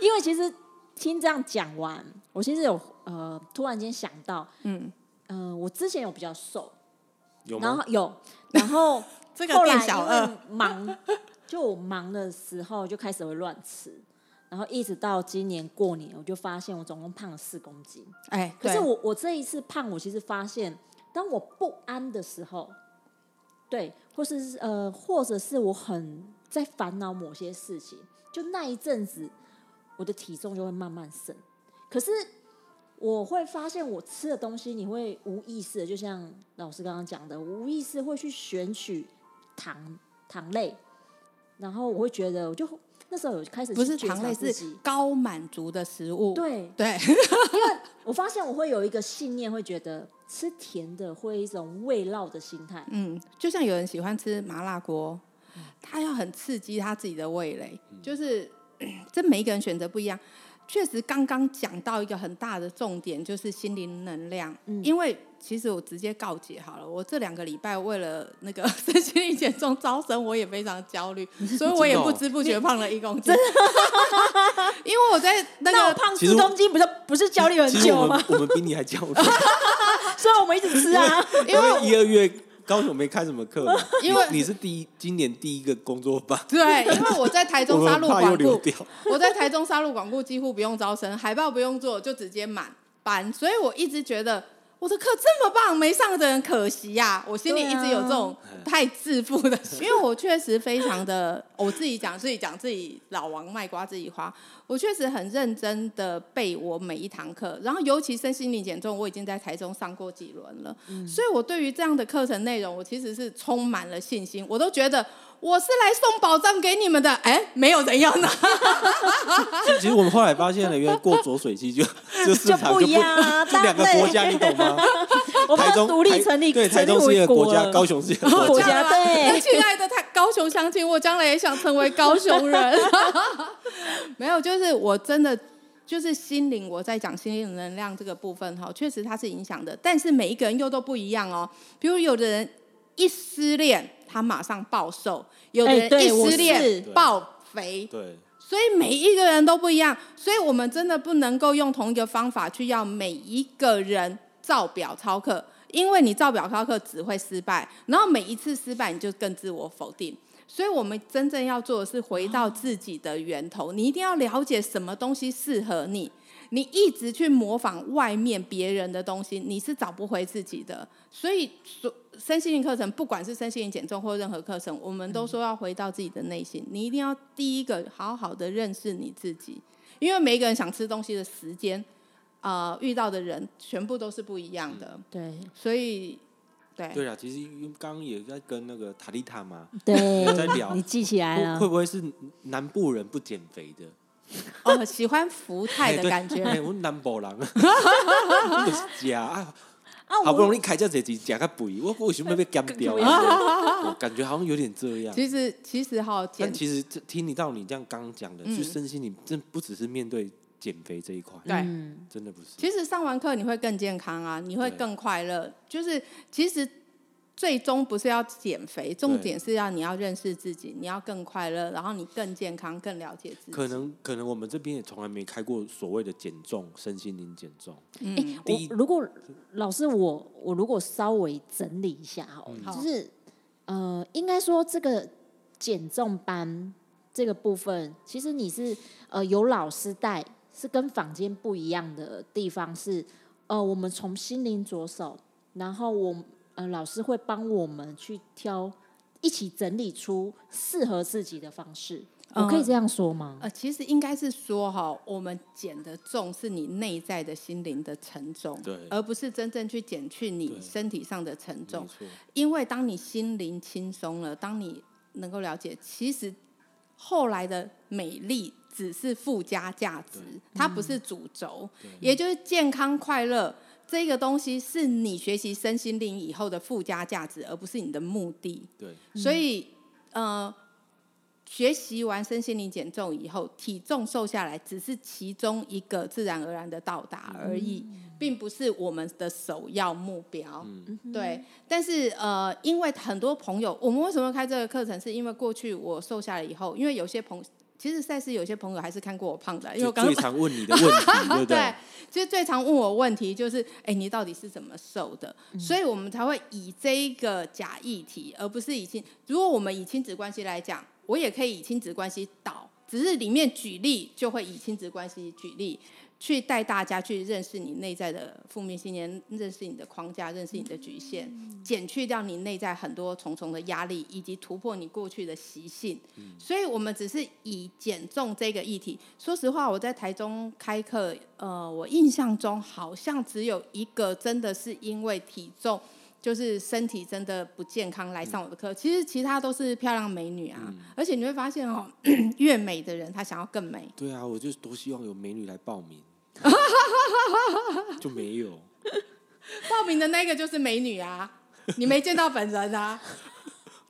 [SPEAKER 1] 因为其实听这样讲完，我其实有呃突然间想到，
[SPEAKER 3] 嗯，
[SPEAKER 1] 呃，我之前有比较瘦，
[SPEAKER 2] 有
[SPEAKER 1] 然
[SPEAKER 2] 吗
[SPEAKER 1] 后？有，然 后
[SPEAKER 3] 这个
[SPEAKER 1] 后来
[SPEAKER 3] 店
[SPEAKER 1] 因
[SPEAKER 3] 小
[SPEAKER 1] 为
[SPEAKER 3] 二
[SPEAKER 1] 忙，就我忙的时候就开始会乱吃，然后一直到今年过年，我就发现我总共胖了四公斤。
[SPEAKER 3] 哎，
[SPEAKER 1] 可
[SPEAKER 3] 对
[SPEAKER 1] 是我我这一次胖，我其实发现当我不安的时候，对，或是呃，或者是我很在烦恼某些事情，就那一阵子，我的体重就会慢慢升。可是我会发现，我吃的东西，你会无意识的，就像老师刚刚讲的，无意识会去选取糖糖类，然后我会觉得，我就那时候有开始
[SPEAKER 3] 不是
[SPEAKER 1] 去觉
[SPEAKER 3] 糖
[SPEAKER 1] 察
[SPEAKER 3] 类，
[SPEAKER 1] 自
[SPEAKER 3] 是
[SPEAKER 1] 己
[SPEAKER 3] 高满足的食物。
[SPEAKER 1] 对，
[SPEAKER 3] 对，
[SPEAKER 1] 我发现我会有一个信念，会觉得吃甜的会有一种味绕的心态。
[SPEAKER 3] 嗯，就像有人喜欢吃麻辣锅，他要很刺激他自己的味蕾，就是呃这每一个人选择不一样。确实，刚刚讲到一个很大的重点，就是心灵能量。
[SPEAKER 1] 嗯
[SPEAKER 3] 因为其实我直接告解好了，我这两个礼拜为了那个 身心灵减重招生，我也非常焦 虑，所以我也
[SPEAKER 2] 真的哦
[SPEAKER 3] 不知不觉胖了一公斤。 因为我在那个
[SPEAKER 1] 胖
[SPEAKER 2] 其实
[SPEAKER 1] 四
[SPEAKER 2] 我
[SPEAKER 1] 公斤，不是不是焦虑很
[SPEAKER 2] 其实
[SPEAKER 1] 久
[SPEAKER 2] 我
[SPEAKER 1] 吗
[SPEAKER 2] 们？我们比你还 焦虑，
[SPEAKER 1] 所以我们一直吃 啊。
[SPEAKER 2] 因为一二月高雄没开什么课嘛，
[SPEAKER 3] 因为
[SPEAKER 2] 你你是第一今年第一个工作坊，
[SPEAKER 3] 对，因为我在台中
[SPEAKER 2] 我
[SPEAKER 3] 杀
[SPEAKER 2] 们
[SPEAKER 3] 戮
[SPEAKER 2] 怕又
[SPEAKER 3] 广
[SPEAKER 2] 流
[SPEAKER 3] 固，
[SPEAKER 2] 掉。
[SPEAKER 3] 我在台中杀戮广固几乎不用招生，海报不用做就直接满班，所以我一直觉得我的课这么棒，没上的人可惜呀、我心里一直有这种太自负的心，因为我确实非常的，我自己讲自己讲自己老王卖瓜自己花，我确实很认真的背我每一堂课，然后尤其身心灵减重，我已经在台中上过几轮了，所以我对于这样的课程内容，我其实是充满了信心，我都觉得我是来送宝藏给你们的，哎，没有人要拿。
[SPEAKER 2] 其实我们后来发现了，原来过浊水溪就 就市场
[SPEAKER 1] 不
[SPEAKER 2] 就
[SPEAKER 1] 一样啊
[SPEAKER 2] 是两个
[SPEAKER 1] 当然
[SPEAKER 2] 国家，你懂吗？
[SPEAKER 1] 我们
[SPEAKER 2] 台
[SPEAKER 1] 要
[SPEAKER 2] 中
[SPEAKER 1] 独立
[SPEAKER 2] 台
[SPEAKER 1] 成立，
[SPEAKER 2] 对，台
[SPEAKER 1] 成立
[SPEAKER 2] 中是
[SPEAKER 1] 为
[SPEAKER 2] 一个
[SPEAKER 1] 国
[SPEAKER 2] 国家，
[SPEAKER 1] 了
[SPEAKER 2] 高雄是一个国
[SPEAKER 1] 国
[SPEAKER 2] 家。
[SPEAKER 1] 家对
[SPEAKER 3] 亲爱的他高雄乡亲，我将来也想成为高雄人。 没有，就是我真的就是心灵，我在讲心灵能量这个部分哈，确实它是影响的，但是每一个人又都不一样哦。比如有的人一失恋，他马上暴瘦；有的
[SPEAKER 1] 哎
[SPEAKER 3] 人
[SPEAKER 1] 对
[SPEAKER 3] 一
[SPEAKER 1] 我
[SPEAKER 3] 失
[SPEAKER 1] 是
[SPEAKER 3] 恋暴肥，
[SPEAKER 2] 对，
[SPEAKER 3] 所以每一个人都不一样，所以我们真的不能够用同一个方法去要每一个人照表操课，因为你照表操课只会失败，然后每一次失败你就更自我否定。所以我们真正要做的是回到自己的源头，你一定要了解什么东西适合你。你一直去模仿外面别人的东西，你是找不回自己的。所以，所身心灵课程，不管是身心灵减重或任何课程，我们都说要回到自己的内心。你一定要第一个好好的认识你自己，因为每一个人想吃东西的时间，啊，遇到的人全部都是不一样的。
[SPEAKER 1] 对
[SPEAKER 3] 所以，对，
[SPEAKER 2] 对啊，其实因为刚刚也在跟那个塔丽塔嘛，
[SPEAKER 1] 对，
[SPEAKER 2] 在聊
[SPEAKER 1] 你记起来
[SPEAKER 2] 会会
[SPEAKER 1] 了。
[SPEAKER 2] 不会是南部人不减肥的？
[SPEAKER 3] 哦，喜欢福泰的 感觉。
[SPEAKER 2] 哎，我们南 部人，我就是吃啊，
[SPEAKER 1] 啊
[SPEAKER 2] 好不容
[SPEAKER 1] 易
[SPEAKER 2] 易开价这集吃个肥，我我为什么要被减 掉？
[SPEAKER 1] 更
[SPEAKER 2] 我感觉好像有点这样。
[SPEAKER 3] 其实，其实哈，减
[SPEAKER 2] 但其实这听你到你这样刚讲的，
[SPEAKER 3] 嗯
[SPEAKER 2] 就身心灵真不只是面对减肥这一块，
[SPEAKER 3] 对
[SPEAKER 1] 嗯
[SPEAKER 2] 真的不是。
[SPEAKER 3] 其实上完课你会更健康啊，你会
[SPEAKER 2] 对
[SPEAKER 3] 更快乐。就是其实最终不是要减肥，重点是要你要认识自己，你要更快乐，然后你更健康，更了解自己。
[SPEAKER 2] 可能可能我们这边也从来没开过所谓的减重身心灵减重，
[SPEAKER 3] 嗯，
[SPEAKER 2] 第一
[SPEAKER 1] 我如果老师我我如果稍微整理一下好
[SPEAKER 2] 嗯
[SPEAKER 1] 了，
[SPEAKER 3] 好
[SPEAKER 1] 就是呃，应该说这个减重班这个部分，其实你是呃有老师带，是跟坊间不一样的地方是呃，我们从心灵着手，然后我呃老师会帮我们去挑，一起整理出适合自己的方式。我可以
[SPEAKER 3] 嗯
[SPEAKER 1] 这样说吗？
[SPEAKER 3] 呃，其实应该是说哈，我们减的重是你内在的心灵的沉重，
[SPEAKER 2] 对
[SPEAKER 3] 而不是真正去减去你
[SPEAKER 2] 对
[SPEAKER 3] 身体上的沉重
[SPEAKER 2] 没。错，
[SPEAKER 3] 因为当你心灵轻松了，当你能够了解，其实后来的美丽只是附加价值
[SPEAKER 2] 对，
[SPEAKER 3] 它不是主轴，
[SPEAKER 2] 对
[SPEAKER 3] 也就是健康快乐。这个东西是你学习身心灵以后的附加价值，而不是你的目的。
[SPEAKER 2] 对，
[SPEAKER 3] 所以，呃，学习完身心灵减重以后，体重瘦下来只是其中一个自然而然的到达而已，并不是我们的首要目标。对，但是呃，因为很多朋友，我们为什么开这个课程？是因为过去我瘦下来以后，因为有些朋其实赛事有些朋友还是看过我胖的，因为
[SPEAKER 2] 就
[SPEAKER 3] 我刚
[SPEAKER 2] 最常问你的问题，对不对？
[SPEAKER 3] 其实最常问我问题就是，哎、你到底是怎么瘦的？所以我们才会以这一个假议题，而不是以亲。如果我们以亲子关系来讲，我也可以以亲子关系导，只是里面举例就会以亲子关系举例。去带大家去认识你内在的负面信念，认识你的框架，认识你的局限，减去掉你内在很多重重的压力，以及突破你过去的习性。所以，我们只是以减重这个议题。说实话，我在台中开课，呃，我印象中好像只有一个真的是因为体重。就是身体真的不健康来上我的课，其实其他都是漂亮美女啊，而且你会发现哦， 越美的人她想要更美，
[SPEAKER 2] 对啊，我就多希望有美女来报 名，就没有。
[SPEAKER 3] 报名的那个就是美女啊，你没见到本人啊，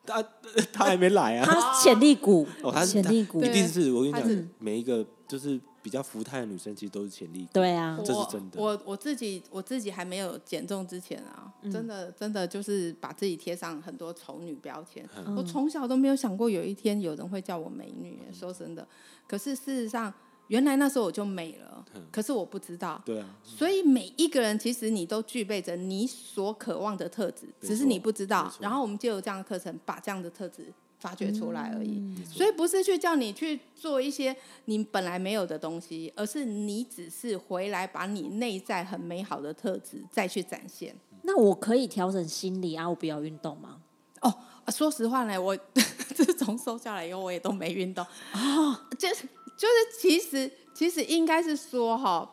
[SPEAKER 2] 他他还没来啊！
[SPEAKER 1] 他潜力股
[SPEAKER 2] 哦，他，
[SPEAKER 1] 潜力股
[SPEAKER 2] 他一，定
[SPEAKER 3] 对
[SPEAKER 2] 是我跟你
[SPEAKER 3] 他是
[SPEAKER 2] 讲，每一个就是比较福态的女生，其实都是潜力股。
[SPEAKER 1] 对啊，
[SPEAKER 2] 这是
[SPEAKER 3] 我
[SPEAKER 2] 真的
[SPEAKER 3] 我我自己我自己还没有减重之前啊，真的真的就是把自己贴上很多丑女标签。
[SPEAKER 1] 嗯
[SPEAKER 3] 我从小都没有想过有一天有人会叫我美女，
[SPEAKER 2] 嗯
[SPEAKER 3] 说真的。可是事实上，原来那时候我就美了，
[SPEAKER 2] 嗯
[SPEAKER 3] 可是我不知道。
[SPEAKER 2] 对啊，
[SPEAKER 3] 所以每一个人其实你都具备着你所渴望的特质，
[SPEAKER 2] 没
[SPEAKER 3] 只是你
[SPEAKER 2] 错
[SPEAKER 3] 不知
[SPEAKER 2] 没
[SPEAKER 3] 道
[SPEAKER 2] 错。
[SPEAKER 3] 然后我们借由这样的课程，把这样的特质发掘出来而已。
[SPEAKER 2] 没错
[SPEAKER 3] 所以不是去叫你去做一些你本来没有的东西，而是你只是回来把你内在很美好的特质再去展现。
[SPEAKER 1] 那我可以调整心理啊，我不要运动吗？
[SPEAKER 3] 哦，啊说实话呢，我 自从瘦下来以后，我也都没运动。哦， 就是就是，其实其实应该是说哈。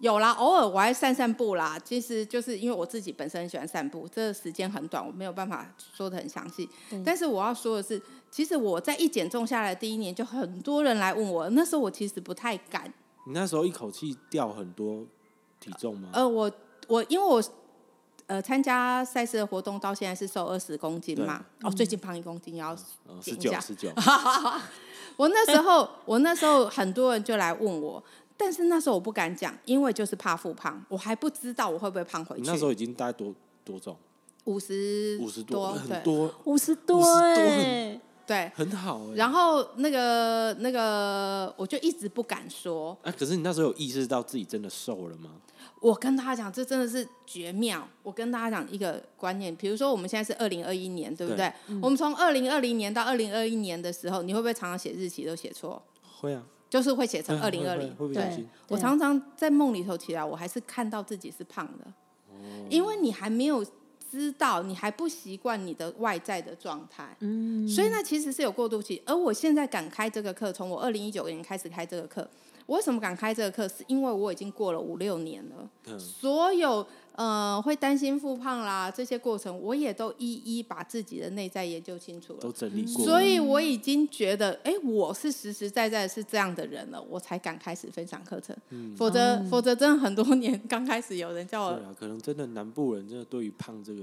[SPEAKER 3] 有啦，偶尔我还散散步啦。其实就是因为我自己本身很喜欢散步，这个时间很短，我没有办法说的很详细。但是我要说的是，其实我在一减重下来第一年，就很多人来问我，那时候我其实不太敢
[SPEAKER 2] 你那时候一口气掉很多体重吗？
[SPEAKER 3] 呃，我我因为我呃参加赛事的活动到现在是瘦二十公斤嘛，哦，最近胖一公斤要。
[SPEAKER 2] 十
[SPEAKER 3] 减
[SPEAKER 2] 九
[SPEAKER 3] 价
[SPEAKER 2] 哦十九，
[SPEAKER 3] 我那时候我那时候很多人就来问我，但是那时候我不敢讲，因为就是怕复胖，我还不知道我会不会胖回
[SPEAKER 2] 你
[SPEAKER 3] 去。
[SPEAKER 2] 那时候已经大概多多重？
[SPEAKER 3] 五十
[SPEAKER 2] 五十
[SPEAKER 3] 多，
[SPEAKER 2] 很
[SPEAKER 3] 对
[SPEAKER 2] 多，
[SPEAKER 1] 五十多
[SPEAKER 2] 50多
[SPEAKER 3] 欸
[SPEAKER 1] 哎，
[SPEAKER 3] 对。
[SPEAKER 2] 很好哎。
[SPEAKER 3] 然后那个那个，我就一直不敢说。
[SPEAKER 2] 哎，可是你那时候有意识到自己真的瘦了吗？
[SPEAKER 3] 我跟大家讲，这真的是绝妙。我跟大家讲一个观念，比如说我们现在是二零二一年，对不
[SPEAKER 2] 对嗯
[SPEAKER 3] 对？我们从二零二零年到二零二一年的时候，你会不会常常写日期都写错？
[SPEAKER 2] 会啊，
[SPEAKER 3] 就是会写成
[SPEAKER 2] 会
[SPEAKER 3] 二零二
[SPEAKER 2] 会
[SPEAKER 3] 零。
[SPEAKER 2] 会会不小
[SPEAKER 1] 对啊
[SPEAKER 2] 心。，
[SPEAKER 3] 我常常在梦里头起来，我还是看到自己是胖的，
[SPEAKER 2] 哦
[SPEAKER 3] 因为你还没有知道，你还不习惯你的外在的状态。
[SPEAKER 1] 嗯
[SPEAKER 3] 所以呢，其实是有过渡期。而我现在敢开这个课，从我二零一九年开始开这个课，我为什么敢开这个课？是因为我已经过了五六年了，
[SPEAKER 2] 嗯
[SPEAKER 3] 所有呃会担心复胖啦这些过程，我也都一一把自己的内在研究清楚了
[SPEAKER 2] 都。整理过，
[SPEAKER 3] 所以我已经觉得，哎，我是实实在在是这样的人了，我才敢开始分享课程。否则，否则真的很多年刚开始有人叫我
[SPEAKER 2] 对嗯啊，可能真的南部人真的对于胖这个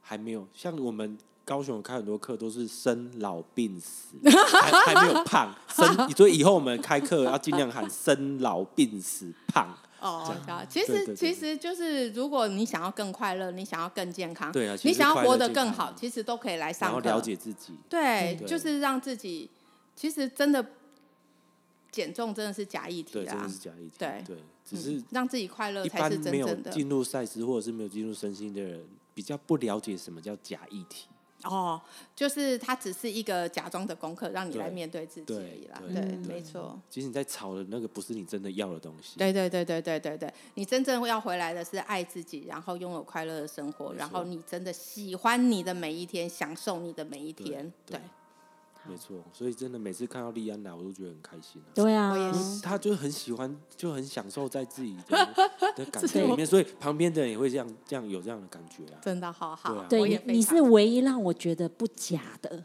[SPEAKER 2] 还没有像我们高雄开很多课都是生老病死，还还没有胖 生，所以以后我们开课要尽量喊生老病死胖。
[SPEAKER 3] 哦，啊其
[SPEAKER 2] 对对
[SPEAKER 3] 实
[SPEAKER 2] 对
[SPEAKER 3] 其实就是，如果你想要更快乐，你想要更健康，
[SPEAKER 2] 对啊其实
[SPEAKER 3] 你想要活
[SPEAKER 2] 快乐
[SPEAKER 3] 得更
[SPEAKER 2] 健康
[SPEAKER 3] 好，其实都可以来
[SPEAKER 2] 然后
[SPEAKER 3] 上课。
[SPEAKER 2] 了解自己，
[SPEAKER 3] 对，
[SPEAKER 2] 嗯
[SPEAKER 3] 就是让自己，其实真的减重真的是假议题
[SPEAKER 2] 对，真
[SPEAKER 3] 啦
[SPEAKER 2] 的是，假议题，
[SPEAKER 3] 对
[SPEAKER 2] 对，只是
[SPEAKER 3] 嗯让自己快乐
[SPEAKER 2] 一
[SPEAKER 3] 才
[SPEAKER 2] 般
[SPEAKER 3] 是真
[SPEAKER 2] 没有
[SPEAKER 3] 正的
[SPEAKER 2] 进入赛事或者是没有进入身心的人，比较不了解什么叫假议题。
[SPEAKER 3] 哦，就是它只是一个假装的功课，让你
[SPEAKER 2] 对
[SPEAKER 3] 来面对自己而已啦。
[SPEAKER 2] 对
[SPEAKER 3] 对，
[SPEAKER 1] 对
[SPEAKER 3] 没错。
[SPEAKER 2] 其实你在炒的那个不是你真的要的东西，
[SPEAKER 3] 哦对对对对对对对，你真正要回来的是爱自己，然后拥有快乐的生活，
[SPEAKER 2] 没
[SPEAKER 3] 然
[SPEAKER 2] 错
[SPEAKER 3] 后你真的喜欢你的每一天，享受你的每一
[SPEAKER 2] 对
[SPEAKER 3] 天。
[SPEAKER 2] 对没错。所以真的每次看到莉安来，我都觉得很开心啊。
[SPEAKER 1] 对啊
[SPEAKER 3] 我，也是
[SPEAKER 2] 他就很喜欢，就很享受在自己 的的感
[SPEAKER 3] 自
[SPEAKER 2] 觉里
[SPEAKER 3] 我
[SPEAKER 2] 面，所以旁边的人也会这样这样有这样的感觉啊。
[SPEAKER 3] 真的好好，
[SPEAKER 2] 对啊
[SPEAKER 3] 我
[SPEAKER 1] 对
[SPEAKER 3] 也
[SPEAKER 1] 你
[SPEAKER 3] 非
[SPEAKER 1] 你
[SPEAKER 3] 常
[SPEAKER 1] 是唯一让我觉得不假的，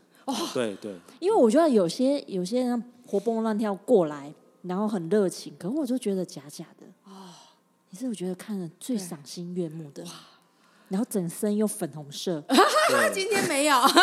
[SPEAKER 2] 对对，
[SPEAKER 1] 因为我觉得有些有些人活蹦乱跳过来，然后很热情，可是我就觉得假假的。哦，你是我觉得看了最
[SPEAKER 3] 对啊
[SPEAKER 1] 赏心悦目的，然后整身又粉红色，
[SPEAKER 2] 对
[SPEAKER 3] 今天没有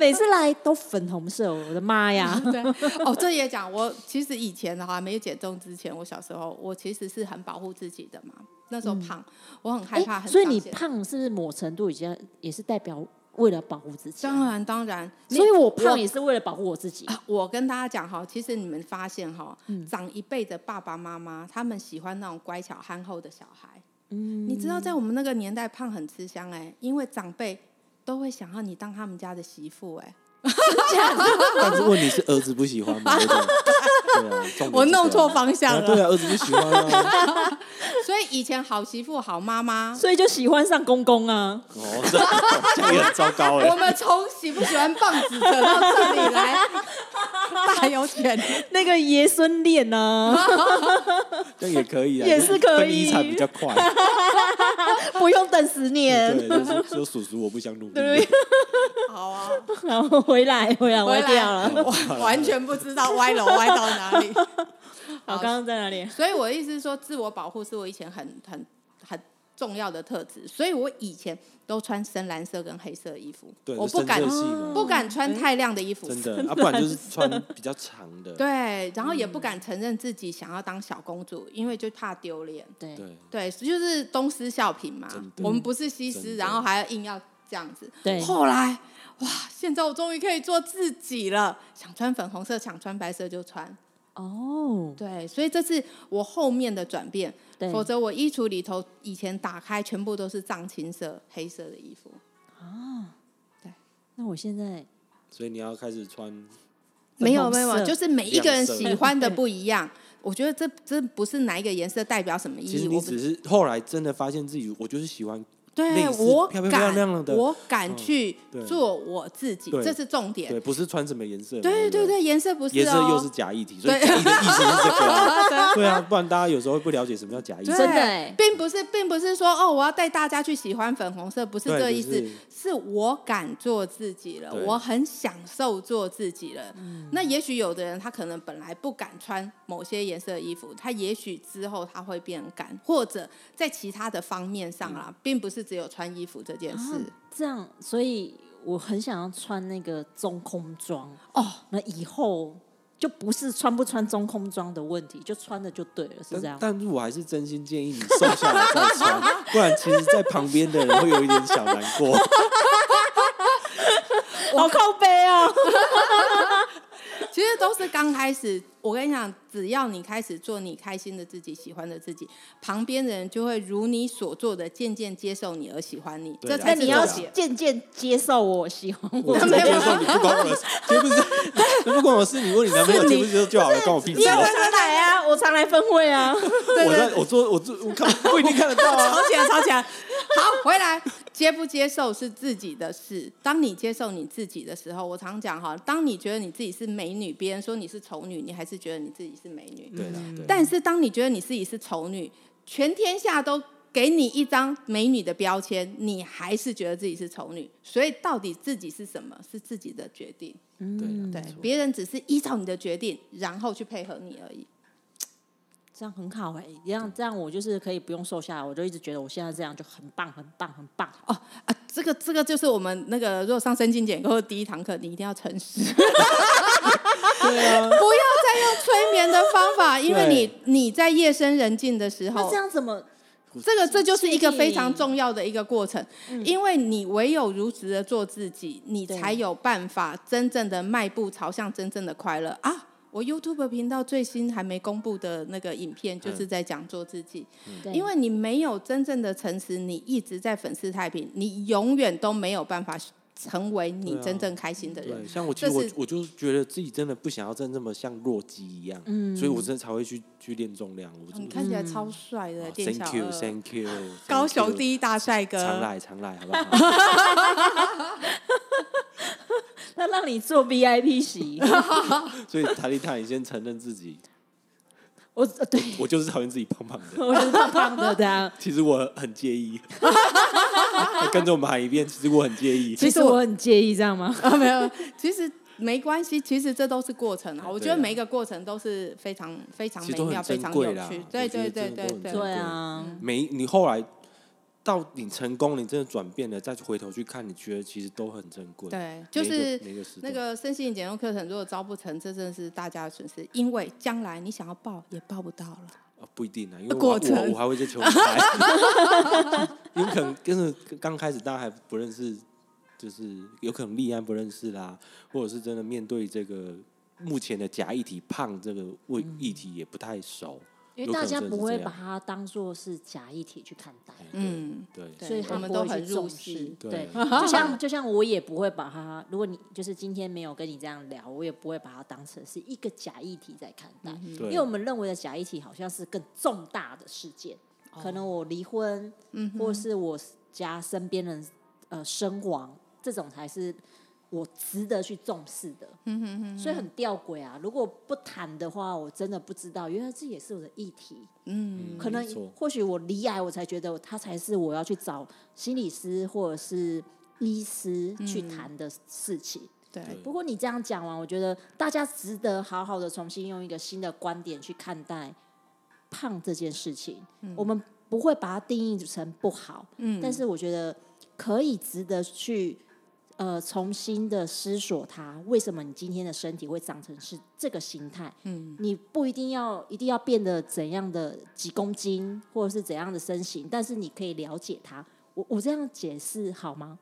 [SPEAKER 1] 每次来都粉红色，我的妈 呀！
[SPEAKER 3] 对哦，这也讲我其实以前的话没有减重之前，我小时候我其实是很保护自己的嘛，那时候胖，我很害怕，
[SPEAKER 1] 嗯诶
[SPEAKER 3] 很
[SPEAKER 1] 所以
[SPEAKER 3] 伤
[SPEAKER 1] 你
[SPEAKER 3] 心
[SPEAKER 1] 胖是不是某程度已经也是代表为了保护自己啊？
[SPEAKER 3] 当然当然，你
[SPEAKER 1] 所以我胖
[SPEAKER 3] 我
[SPEAKER 1] 也是为了保护我自己。
[SPEAKER 3] 呃我跟大家讲哈，其实你们发现哈，长一辈的爸爸妈妈，他们喜欢那种乖巧憨厚的小孩。嗯，你知道在我们那个年代，胖很吃香哎、因为长辈都会想要你当他们家的媳妇哎、
[SPEAKER 2] 但是问题是儿子不喜欢嘛？对不对对啊，重点是这样
[SPEAKER 3] 我弄错方向
[SPEAKER 2] 啊
[SPEAKER 3] 了。
[SPEAKER 2] 对啊，儿子不喜欢 啊。
[SPEAKER 3] 所以以前好媳妇、好妈妈，
[SPEAKER 1] 所以就喜欢上公公啊。
[SPEAKER 2] 哦，这这样也很糟糕
[SPEAKER 3] 我
[SPEAKER 2] 哎。
[SPEAKER 3] 们从喜不喜欢棒子扯到这里来， 大有潜力。
[SPEAKER 1] 那个爷孙恋 啊，
[SPEAKER 2] 这样也可以啊，
[SPEAKER 1] 也是可以
[SPEAKER 2] 分遗产比较快。
[SPEAKER 1] 不用等十年，
[SPEAKER 2] 对， 就是说叔叔我不想努力。
[SPEAKER 1] 对
[SPEAKER 3] 好啊，
[SPEAKER 1] 然后回来回来歪
[SPEAKER 3] 回来
[SPEAKER 1] 掉了。
[SPEAKER 3] 我完全不知道歪楼歪到哪里。
[SPEAKER 1] 好，刚刚在哪里？
[SPEAKER 3] 所以我的意思是说，自我保护是我以前很很很重要的特质，所以我以前都穿深蓝色跟黑色衣服，
[SPEAKER 2] 对，
[SPEAKER 3] 我
[SPEAKER 2] 就
[SPEAKER 3] 不敢
[SPEAKER 2] 深色系嘛
[SPEAKER 3] 不敢穿太亮的衣服，
[SPEAKER 2] 啊真的啊，不然就是穿比较长的。
[SPEAKER 3] 对，然后也不敢承认自己想要当小公主，因为就怕丢脸。
[SPEAKER 1] 对，
[SPEAKER 2] 对
[SPEAKER 3] 对，就是东施效颦嘛
[SPEAKER 2] 真。的
[SPEAKER 3] 我们不是西
[SPEAKER 2] 真
[SPEAKER 3] 施，
[SPEAKER 2] 的
[SPEAKER 3] 然后还要硬要这样子。
[SPEAKER 1] 对
[SPEAKER 3] 后来哇，现在我终于可以做自己了，想穿粉红色，想穿白色就穿。
[SPEAKER 1] 哦，
[SPEAKER 3] 对，所以这是我后面的转变。
[SPEAKER 1] 对，
[SPEAKER 3] 否则我衣橱里头以前打开全部都是藏青色、黑色的衣服，
[SPEAKER 1] 那我现在
[SPEAKER 2] 所以你要开始穿，
[SPEAKER 3] 没有
[SPEAKER 1] 粉红
[SPEAKER 3] 没有，
[SPEAKER 1] 色
[SPEAKER 3] 就是每一个人
[SPEAKER 2] 亮色
[SPEAKER 3] 喜欢的不一样。我觉得这这不是哪一个颜色代表什么
[SPEAKER 2] 其
[SPEAKER 3] 意
[SPEAKER 2] 实
[SPEAKER 3] 义，
[SPEAKER 2] 你
[SPEAKER 3] 我不
[SPEAKER 2] 只是后来真的发现自己，我就是喜欢
[SPEAKER 3] 对
[SPEAKER 2] 类似
[SPEAKER 3] 我
[SPEAKER 2] 漂
[SPEAKER 3] 敢
[SPEAKER 2] 漂亮亮的嗯
[SPEAKER 3] 我敢去
[SPEAKER 2] 对
[SPEAKER 3] 做我自己，
[SPEAKER 2] 对
[SPEAKER 3] 这是重点
[SPEAKER 2] 对，。不是穿什么颜色嘛。
[SPEAKER 3] 对对
[SPEAKER 2] 不，
[SPEAKER 3] 对，颜色不是
[SPEAKER 2] 颜色又是
[SPEAKER 3] 哦，
[SPEAKER 2] 假 议题，所以
[SPEAKER 3] 对
[SPEAKER 2] 假议的意思是这个 啊。对啊，不然大家有时候不了解什么叫假议
[SPEAKER 3] 对
[SPEAKER 1] 真的欸
[SPEAKER 3] 并不是，并不是说哦，我要带大家去喜欢粉红色，不是
[SPEAKER 2] 对
[SPEAKER 3] 这
[SPEAKER 2] 不
[SPEAKER 3] 意思，
[SPEAKER 2] 是
[SPEAKER 3] 是我敢做自己了，
[SPEAKER 2] 对嗯
[SPEAKER 3] 我很享受做自己了。那也许有的人他可能本来不敢穿某些颜色的衣服，他也许之后他会变敢，或者在其他的方面上
[SPEAKER 2] 嗯
[SPEAKER 3] 啦，并不是只有穿衣服这件事。
[SPEAKER 1] 啊
[SPEAKER 2] 啊
[SPEAKER 1] 这样，所以我很想要穿那个中空装。
[SPEAKER 3] 哦，
[SPEAKER 1] 那以后就不是穿不穿中空装的问题，就穿的就对了，是这
[SPEAKER 2] 但
[SPEAKER 1] 样。
[SPEAKER 2] 但是我还是真心建议你瘦下来再穿， 不然其实，在旁边的人会有一点小难过。
[SPEAKER 1] 好靠背 哦，
[SPEAKER 3] 其实都是刚开始。我跟你讲，只要你开始做你开心的自己、喜欢的自己，旁边的人就会如你所做的，渐渐接受你而喜欢你。
[SPEAKER 2] 对啊啦
[SPEAKER 3] 这
[SPEAKER 1] 那
[SPEAKER 3] 才是
[SPEAKER 1] 你要
[SPEAKER 3] 重点
[SPEAKER 1] 渐渐接受我喜欢 我
[SPEAKER 2] 我不
[SPEAKER 3] 没有
[SPEAKER 2] 接受你不关我的事，绝不是，不关我的事。你问你男朋友接不接受就好了，关我屁
[SPEAKER 1] 因
[SPEAKER 2] 事
[SPEAKER 1] 为
[SPEAKER 2] 啊
[SPEAKER 1] 我！常来 啊，我常来分会啊。
[SPEAKER 2] 我在我做我做我看不一定看得到 啊。
[SPEAKER 3] 吵起来，吵起来。好，回来接不接受是自己的事。当你接受你自己的时候，我常讲哈，当你觉得你自己是美女，别人说你是丑女，你还是觉得你自己是美女。
[SPEAKER 2] 对啊啦，对
[SPEAKER 3] 但是当你觉得你自己是丑女，全天下都给你一张美女的标签，你还是觉得自己是丑女。所以到底自己是什么，是自己的决定。
[SPEAKER 2] 对
[SPEAKER 3] 对
[SPEAKER 2] 啦没，错
[SPEAKER 3] 别人只是依照你的决定，然后去配合你而已。
[SPEAKER 1] 这样很好哎、这样这样我就是可以不用瘦下来，我就一直觉得我现在这样就很棒，很棒，很棒。
[SPEAKER 3] 哦啊，这个这个就是我们那个，如果上身经检课的第一堂课，你一定要诚实，
[SPEAKER 2] 对啊，
[SPEAKER 3] 不要再用催眠的 方法，因为你
[SPEAKER 2] 对
[SPEAKER 3] 你在夜深人静的时
[SPEAKER 1] 那
[SPEAKER 3] 候
[SPEAKER 1] 这，样怎么？
[SPEAKER 3] 这个这就是一个
[SPEAKER 1] 建议
[SPEAKER 3] 非常重要的一个过程，因为你唯有如实的做自己，你
[SPEAKER 1] 嗯对
[SPEAKER 3] 才有办法真正的迈步朝向真正的快乐啊。我 YouTube 频道最新还没公布的那个影片，就是在讲做自己。
[SPEAKER 1] 嗯对
[SPEAKER 3] 因为你没有真正的诚实，你一直在粉饰太平，你永远都没有办法成为你
[SPEAKER 2] 对啊
[SPEAKER 3] 真正开心的人。
[SPEAKER 2] 对，像我其
[SPEAKER 3] 这
[SPEAKER 2] 实我
[SPEAKER 3] 是
[SPEAKER 2] 我就是觉得自己真的不想要再那么像弱鸡一样，
[SPEAKER 3] 嗯
[SPEAKER 2] 所以我真的才会去去练重量。我真
[SPEAKER 3] 哦你
[SPEAKER 2] 的
[SPEAKER 3] 看起来超帅的，
[SPEAKER 2] 哦
[SPEAKER 3] 店小
[SPEAKER 2] Thank
[SPEAKER 3] 二
[SPEAKER 2] you，Thank you，
[SPEAKER 3] 高雄
[SPEAKER 2] 一
[SPEAKER 3] 第一大帅哥。
[SPEAKER 2] 常来常来，好不 好？
[SPEAKER 1] 那让你做 VIP 席，
[SPEAKER 2] 所以塔利塔，你先承认自己，
[SPEAKER 1] 我呃对
[SPEAKER 2] 我就是讨厌自己胖胖的。
[SPEAKER 1] 我就是胖胖的这样。
[SPEAKER 2] 其实我很介意， 跟着我们喊一遍，其实我很介意。
[SPEAKER 1] 其
[SPEAKER 3] 其
[SPEAKER 1] 实
[SPEAKER 3] 实我
[SPEAKER 1] 我很介意，这样吗？
[SPEAKER 3] 啊，没有，其实没关系，其实这都是过程啊。我觉得
[SPEAKER 2] 对啊
[SPEAKER 3] 每一个过程都是非常非常
[SPEAKER 2] 其
[SPEAKER 3] 美
[SPEAKER 2] 实都
[SPEAKER 3] 妙、
[SPEAKER 2] 很
[SPEAKER 3] 非
[SPEAKER 2] 珍
[SPEAKER 3] 常有
[SPEAKER 2] 贵啦
[SPEAKER 3] 趣。
[SPEAKER 2] 我
[SPEAKER 3] 对
[SPEAKER 2] 觉得
[SPEAKER 3] 对对
[SPEAKER 2] 真的
[SPEAKER 3] 对
[SPEAKER 2] 都很
[SPEAKER 3] 对
[SPEAKER 2] 珍贵
[SPEAKER 1] 对啊，
[SPEAKER 2] 每你后来到你成功，你真的转变了，再回头去看，你觉得其实都很珍贵。
[SPEAKER 3] 对，就
[SPEAKER 2] 每一个
[SPEAKER 3] 是
[SPEAKER 2] 每一个时
[SPEAKER 3] 那
[SPEAKER 2] 段
[SPEAKER 3] 个身心灵减重课程，如果招不成，这真的是大家的损失，因为将来你想要报也报不到了。
[SPEAKER 2] 哦不一定啊，因为我
[SPEAKER 3] 过
[SPEAKER 2] 还我
[SPEAKER 3] 程
[SPEAKER 2] 我还会再求你来， 有可能真的刚开始大家还不认识，就是有可能立案不认识啦，或者是真的面对这个目前的假议题胖这个问议题也不太熟，
[SPEAKER 1] 因为大家
[SPEAKER 2] 有可能真的
[SPEAKER 1] 不
[SPEAKER 2] 是
[SPEAKER 1] 会
[SPEAKER 2] 这
[SPEAKER 1] 把
[SPEAKER 2] 样
[SPEAKER 1] 它当做是假议题去看待，
[SPEAKER 2] 哎对
[SPEAKER 3] 嗯，
[SPEAKER 2] 对，
[SPEAKER 3] 对
[SPEAKER 1] 所以
[SPEAKER 3] 我
[SPEAKER 1] 他
[SPEAKER 3] 们
[SPEAKER 1] 不
[SPEAKER 3] 都
[SPEAKER 1] 会
[SPEAKER 3] 很
[SPEAKER 1] 去
[SPEAKER 3] 入
[SPEAKER 1] 重
[SPEAKER 3] 世
[SPEAKER 1] 视。
[SPEAKER 2] 对
[SPEAKER 1] 对，就像就像我也不会把它，如果你就是今天没有跟你这样聊，我也不会把它当成是一个假议题在看待，
[SPEAKER 3] 嗯
[SPEAKER 1] 因
[SPEAKER 2] 对
[SPEAKER 1] 为我们认为的假议题好像是更重大的事件，可能我离婚，
[SPEAKER 3] 嗯
[SPEAKER 1] 或是我家身边人呃身亡，这种才是我值得去重视的。
[SPEAKER 3] 嗯哼哼，
[SPEAKER 1] 所以很吊诡啊！如果不谈的话，我真的不知道，原来这也是我的议题。
[SPEAKER 3] 嗯
[SPEAKER 1] 可能
[SPEAKER 2] 没错
[SPEAKER 1] 或许我离癌，我才觉得它才是我要去找心理师或者是医师去谈的事情。
[SPEAKER 3] 对，
[SPEAKER 2] 对
[SPEAKER 1] 不过你这样讲完，我觉得大家值得好好的重新用一个新的观点去看待胖这件事情。我们不会把它定义成不好，
[SPEAKER 3] 嗯
[SPEAKER 1] 但是我觉得可以值得去呃重新的思索它，为什么你今天的身体会长成是这个形态？
[SPEAKER 3] 嗯
[SPEAKER 1] 你不一定要一定要变得怎样的几公斤，或者是怎样的身形，但是你可以了解它。我我这样解释好吗？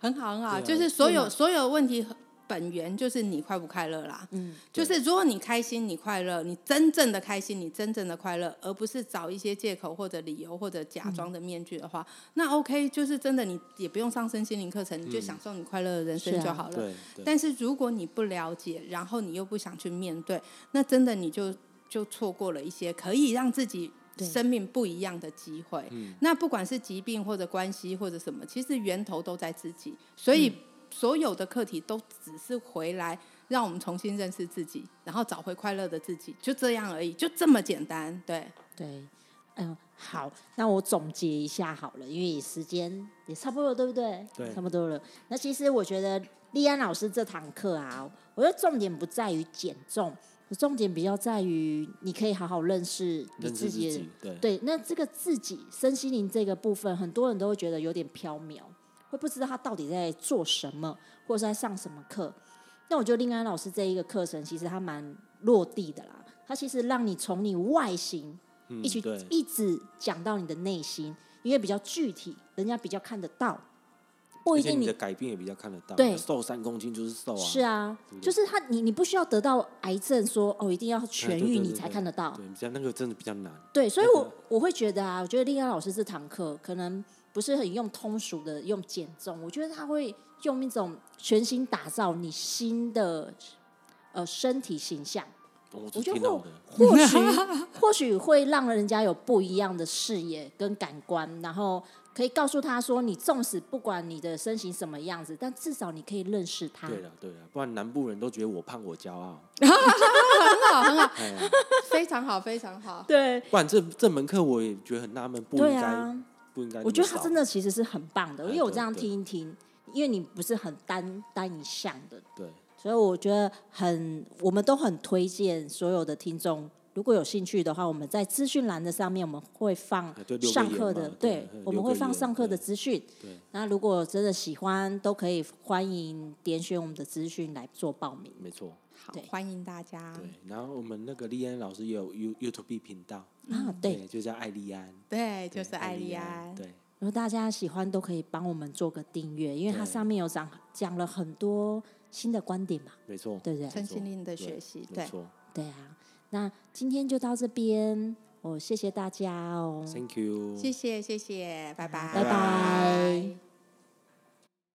[SPEAKER 3] 很好很好，
[SPEAKER 2] 对啊
[SPEAKER 3] 就是所有
[SPEAKER 1] 嗯
[SPEAKER 3] 所有问题本源就是你快不快乐啦。
[SPEAKER 1] 嗯，
[SPEAKER 3] 就是如果你开心，你快乐，你真正的开心，你真正的快乐，而不是找一些借口或者理由或者假装的面具的话，那 OK，就是真的你也不用上身心灵课程，你就享受你快乐的人生
[SPEAKER 1] 是啊
[SPEAKER 3] 就好了。
[SPEAKER 2] 对对
[SPEAKER 3] 但是如果你不了解，然后你又不想去面对，那真的你就就错过了一些可以让自己
[SPEAKER 1] 对
[SPEAKER 3] 生命不一样的机会。那不管是疾病或者关系或者什么，其实源头都在自己，所以所有的课题都只是回来让我们重新认识自己，然后找回快乐的自己，就这样而已，就这么简单。对，
[SPEAKER 1] 对，嗯，好，那我总结一下好了，因为时间也差不多了，对不对？
[SPEAKER 2] 对
[SPEAKER 1] 差不多了。那其实我觉得丽安老师这堂课啊，我觉得重点不在于减重，重点比较在于你可以好好认识你
[SPEAKER 2] 认识自
[SPEAKER 1] 自己的
[SPEAKER 2] 己，对
[SPEAKER 1] 对，那这个自己身心灵这个部分，很多人都会觉得有点飘渺，会不知道他到底在做什么，或者是在上什么课。那我觉得令安老师这一个课程，其实他蛮落地的啦。他其实让你从你外形
[SPEAKER 2] 嗯
[SPEAKER 1] 一起、
[SPEAKER 2] 对
[SPEAKER 1] 一直讲到你的内心，因为比较具体，人家比较看得到。不
[SPEAKER 2] 而
[SPEAKER 1] 一
[SPEAKER 2] 且
[SPEAKER 1] 定
[SPEAKER 2] 你的改变也比较看得到，
[SPEAKER 1] 对
[SPEAKER 2] 瘦三公斤就是瘦啊，
[SPEAKER 1] 是啊，就是他你你不需要得到癌症说哦一定要痊
[SPEAKER 2] 哎
[SPEAKER 1] 愈
[SPEAKER 2] 对对对
[SPEAKER 1] 你
[SPEAKER 2] 对
[SPEAKER 1] 才
[SPEAKER 2] 对
[SPEAKER 1] 看得到，
[SPEAKER 2] 对，比哎较那个真的比较难，
[SPEAKER 1] 对，所以
[SPEAKER 2] 那
[SPEAKER 1] 我
[SPEAKER 2] 个
[SPEAKER 1] 我会觉得啊，我觉得丽安老师这堂课可能不是很用通俗的用减重，我觉得他会用一种全新打造你新的呃身体形象，
[SPEAKER 2] 我
[SPEAKER 1] 我
[SPEAKER 2] 就
[SPEAKER 1] 觉
[SPEAKER 2] 听
[SPEAKER 1] 得啊
[SPEAKER 2] 到
[SPEAKER 1] 或
[SPEAKER 2] 的，
[SPEAKER 1] 或许或许会让人家有不一样的视野跟感官，然后可以告诉他说，你纵使不管你的身形什么样子，但至少你可以认识他。
[SPEAKER 2] 对了对了，不然南部人都觉得我胖我骄 傲，
[SPEAKER 3] 很好，很好，
[SPEAKER 2] 哎呀
[SPEAKER 3] 非常好，非常好。
[SPEAKER 1] 对
[SPEAKER 2] 不然这这门课我也觉得很纳闷，不
[SPEAKER 1] 对
[SPEAKER 2] 应
[SPEAKER 1] 啊
[SPEAKER 2] 该。不应该那么少，
[SPEAKER 1] 我觉得他真的其实是很棒的，
[SPEAKER 2] 哎
[SPEAKER 1] 因为我
[SPEAKER 2] 对
[SPEAKER 1] 这样
[SPEAKER 2] 对
[SPEAKER 1] 听一听，因为你不是很单单一项的，
[SPEAKER 2] 对
[SPEAKER 1] 所以我觉得很，我们都很推荐所有的听众，如果有兴趣的话，我们在资讯栏的上面我们会放
[SPEAKER 2] 哎对留个
[SPEAKER 1] 上课
[SPEAKER 2] 言嘛
[SPEAKER 1] 的，
[SPEAKER 2] 对
[SPEAKER 1] 对
[SPEAKER 2] 嗯，
[SPEAKER 1] 我们会放上课的
[SPEAKER 2] 留个言
[SPEAKER 1] 资讯。
[SPEAKER 2] 对，
[SPEAKER 1] 那如果真的喜欢，都可以欢迎点选我们的资讯来做报名。
[SPEAKER 2] 没错。
[SPEAKER 3] 好
[SPEAKER 1] 对，
[SPEAKER 3] 欢迎大
[SPEAKER 1] 啊
[SPEAKER 3] 家。
[SPEAKER 2] 对，然后我们那个丽安老师也有 You YouTube 频道，
[SPEAKER 1] 啊，对，
[SPEAKER 2] 就叫艾丽安，对
[SPEAKER 3] 对，就是艾丽安。
[SPEAKER 2] 对，
[SPEAKER 1] 如果大家喜欢，都可以帮我们做个订阅，因为它
[SPEAKER 2] 对
[SPEAKER 1] 上面有讲讲了很多新的观点嘛，
[SPEAKER 2] 没错，
[SPEAKER 1] 对不对？
[SPEAKER 3] 身心灵的学习，
[SPEAKER 2] 没
[SPEAKER 3] 对，
[SPEAKER 2] 错
[SPEAKER 1] 对啊，那今天就到这边，我谢谢大家哦。
[SPEAKER 2] ，Thank you，
[SPEAKER 3] 谢谢谢谢，拜拜，
[SPEAKER 1] 拜拜。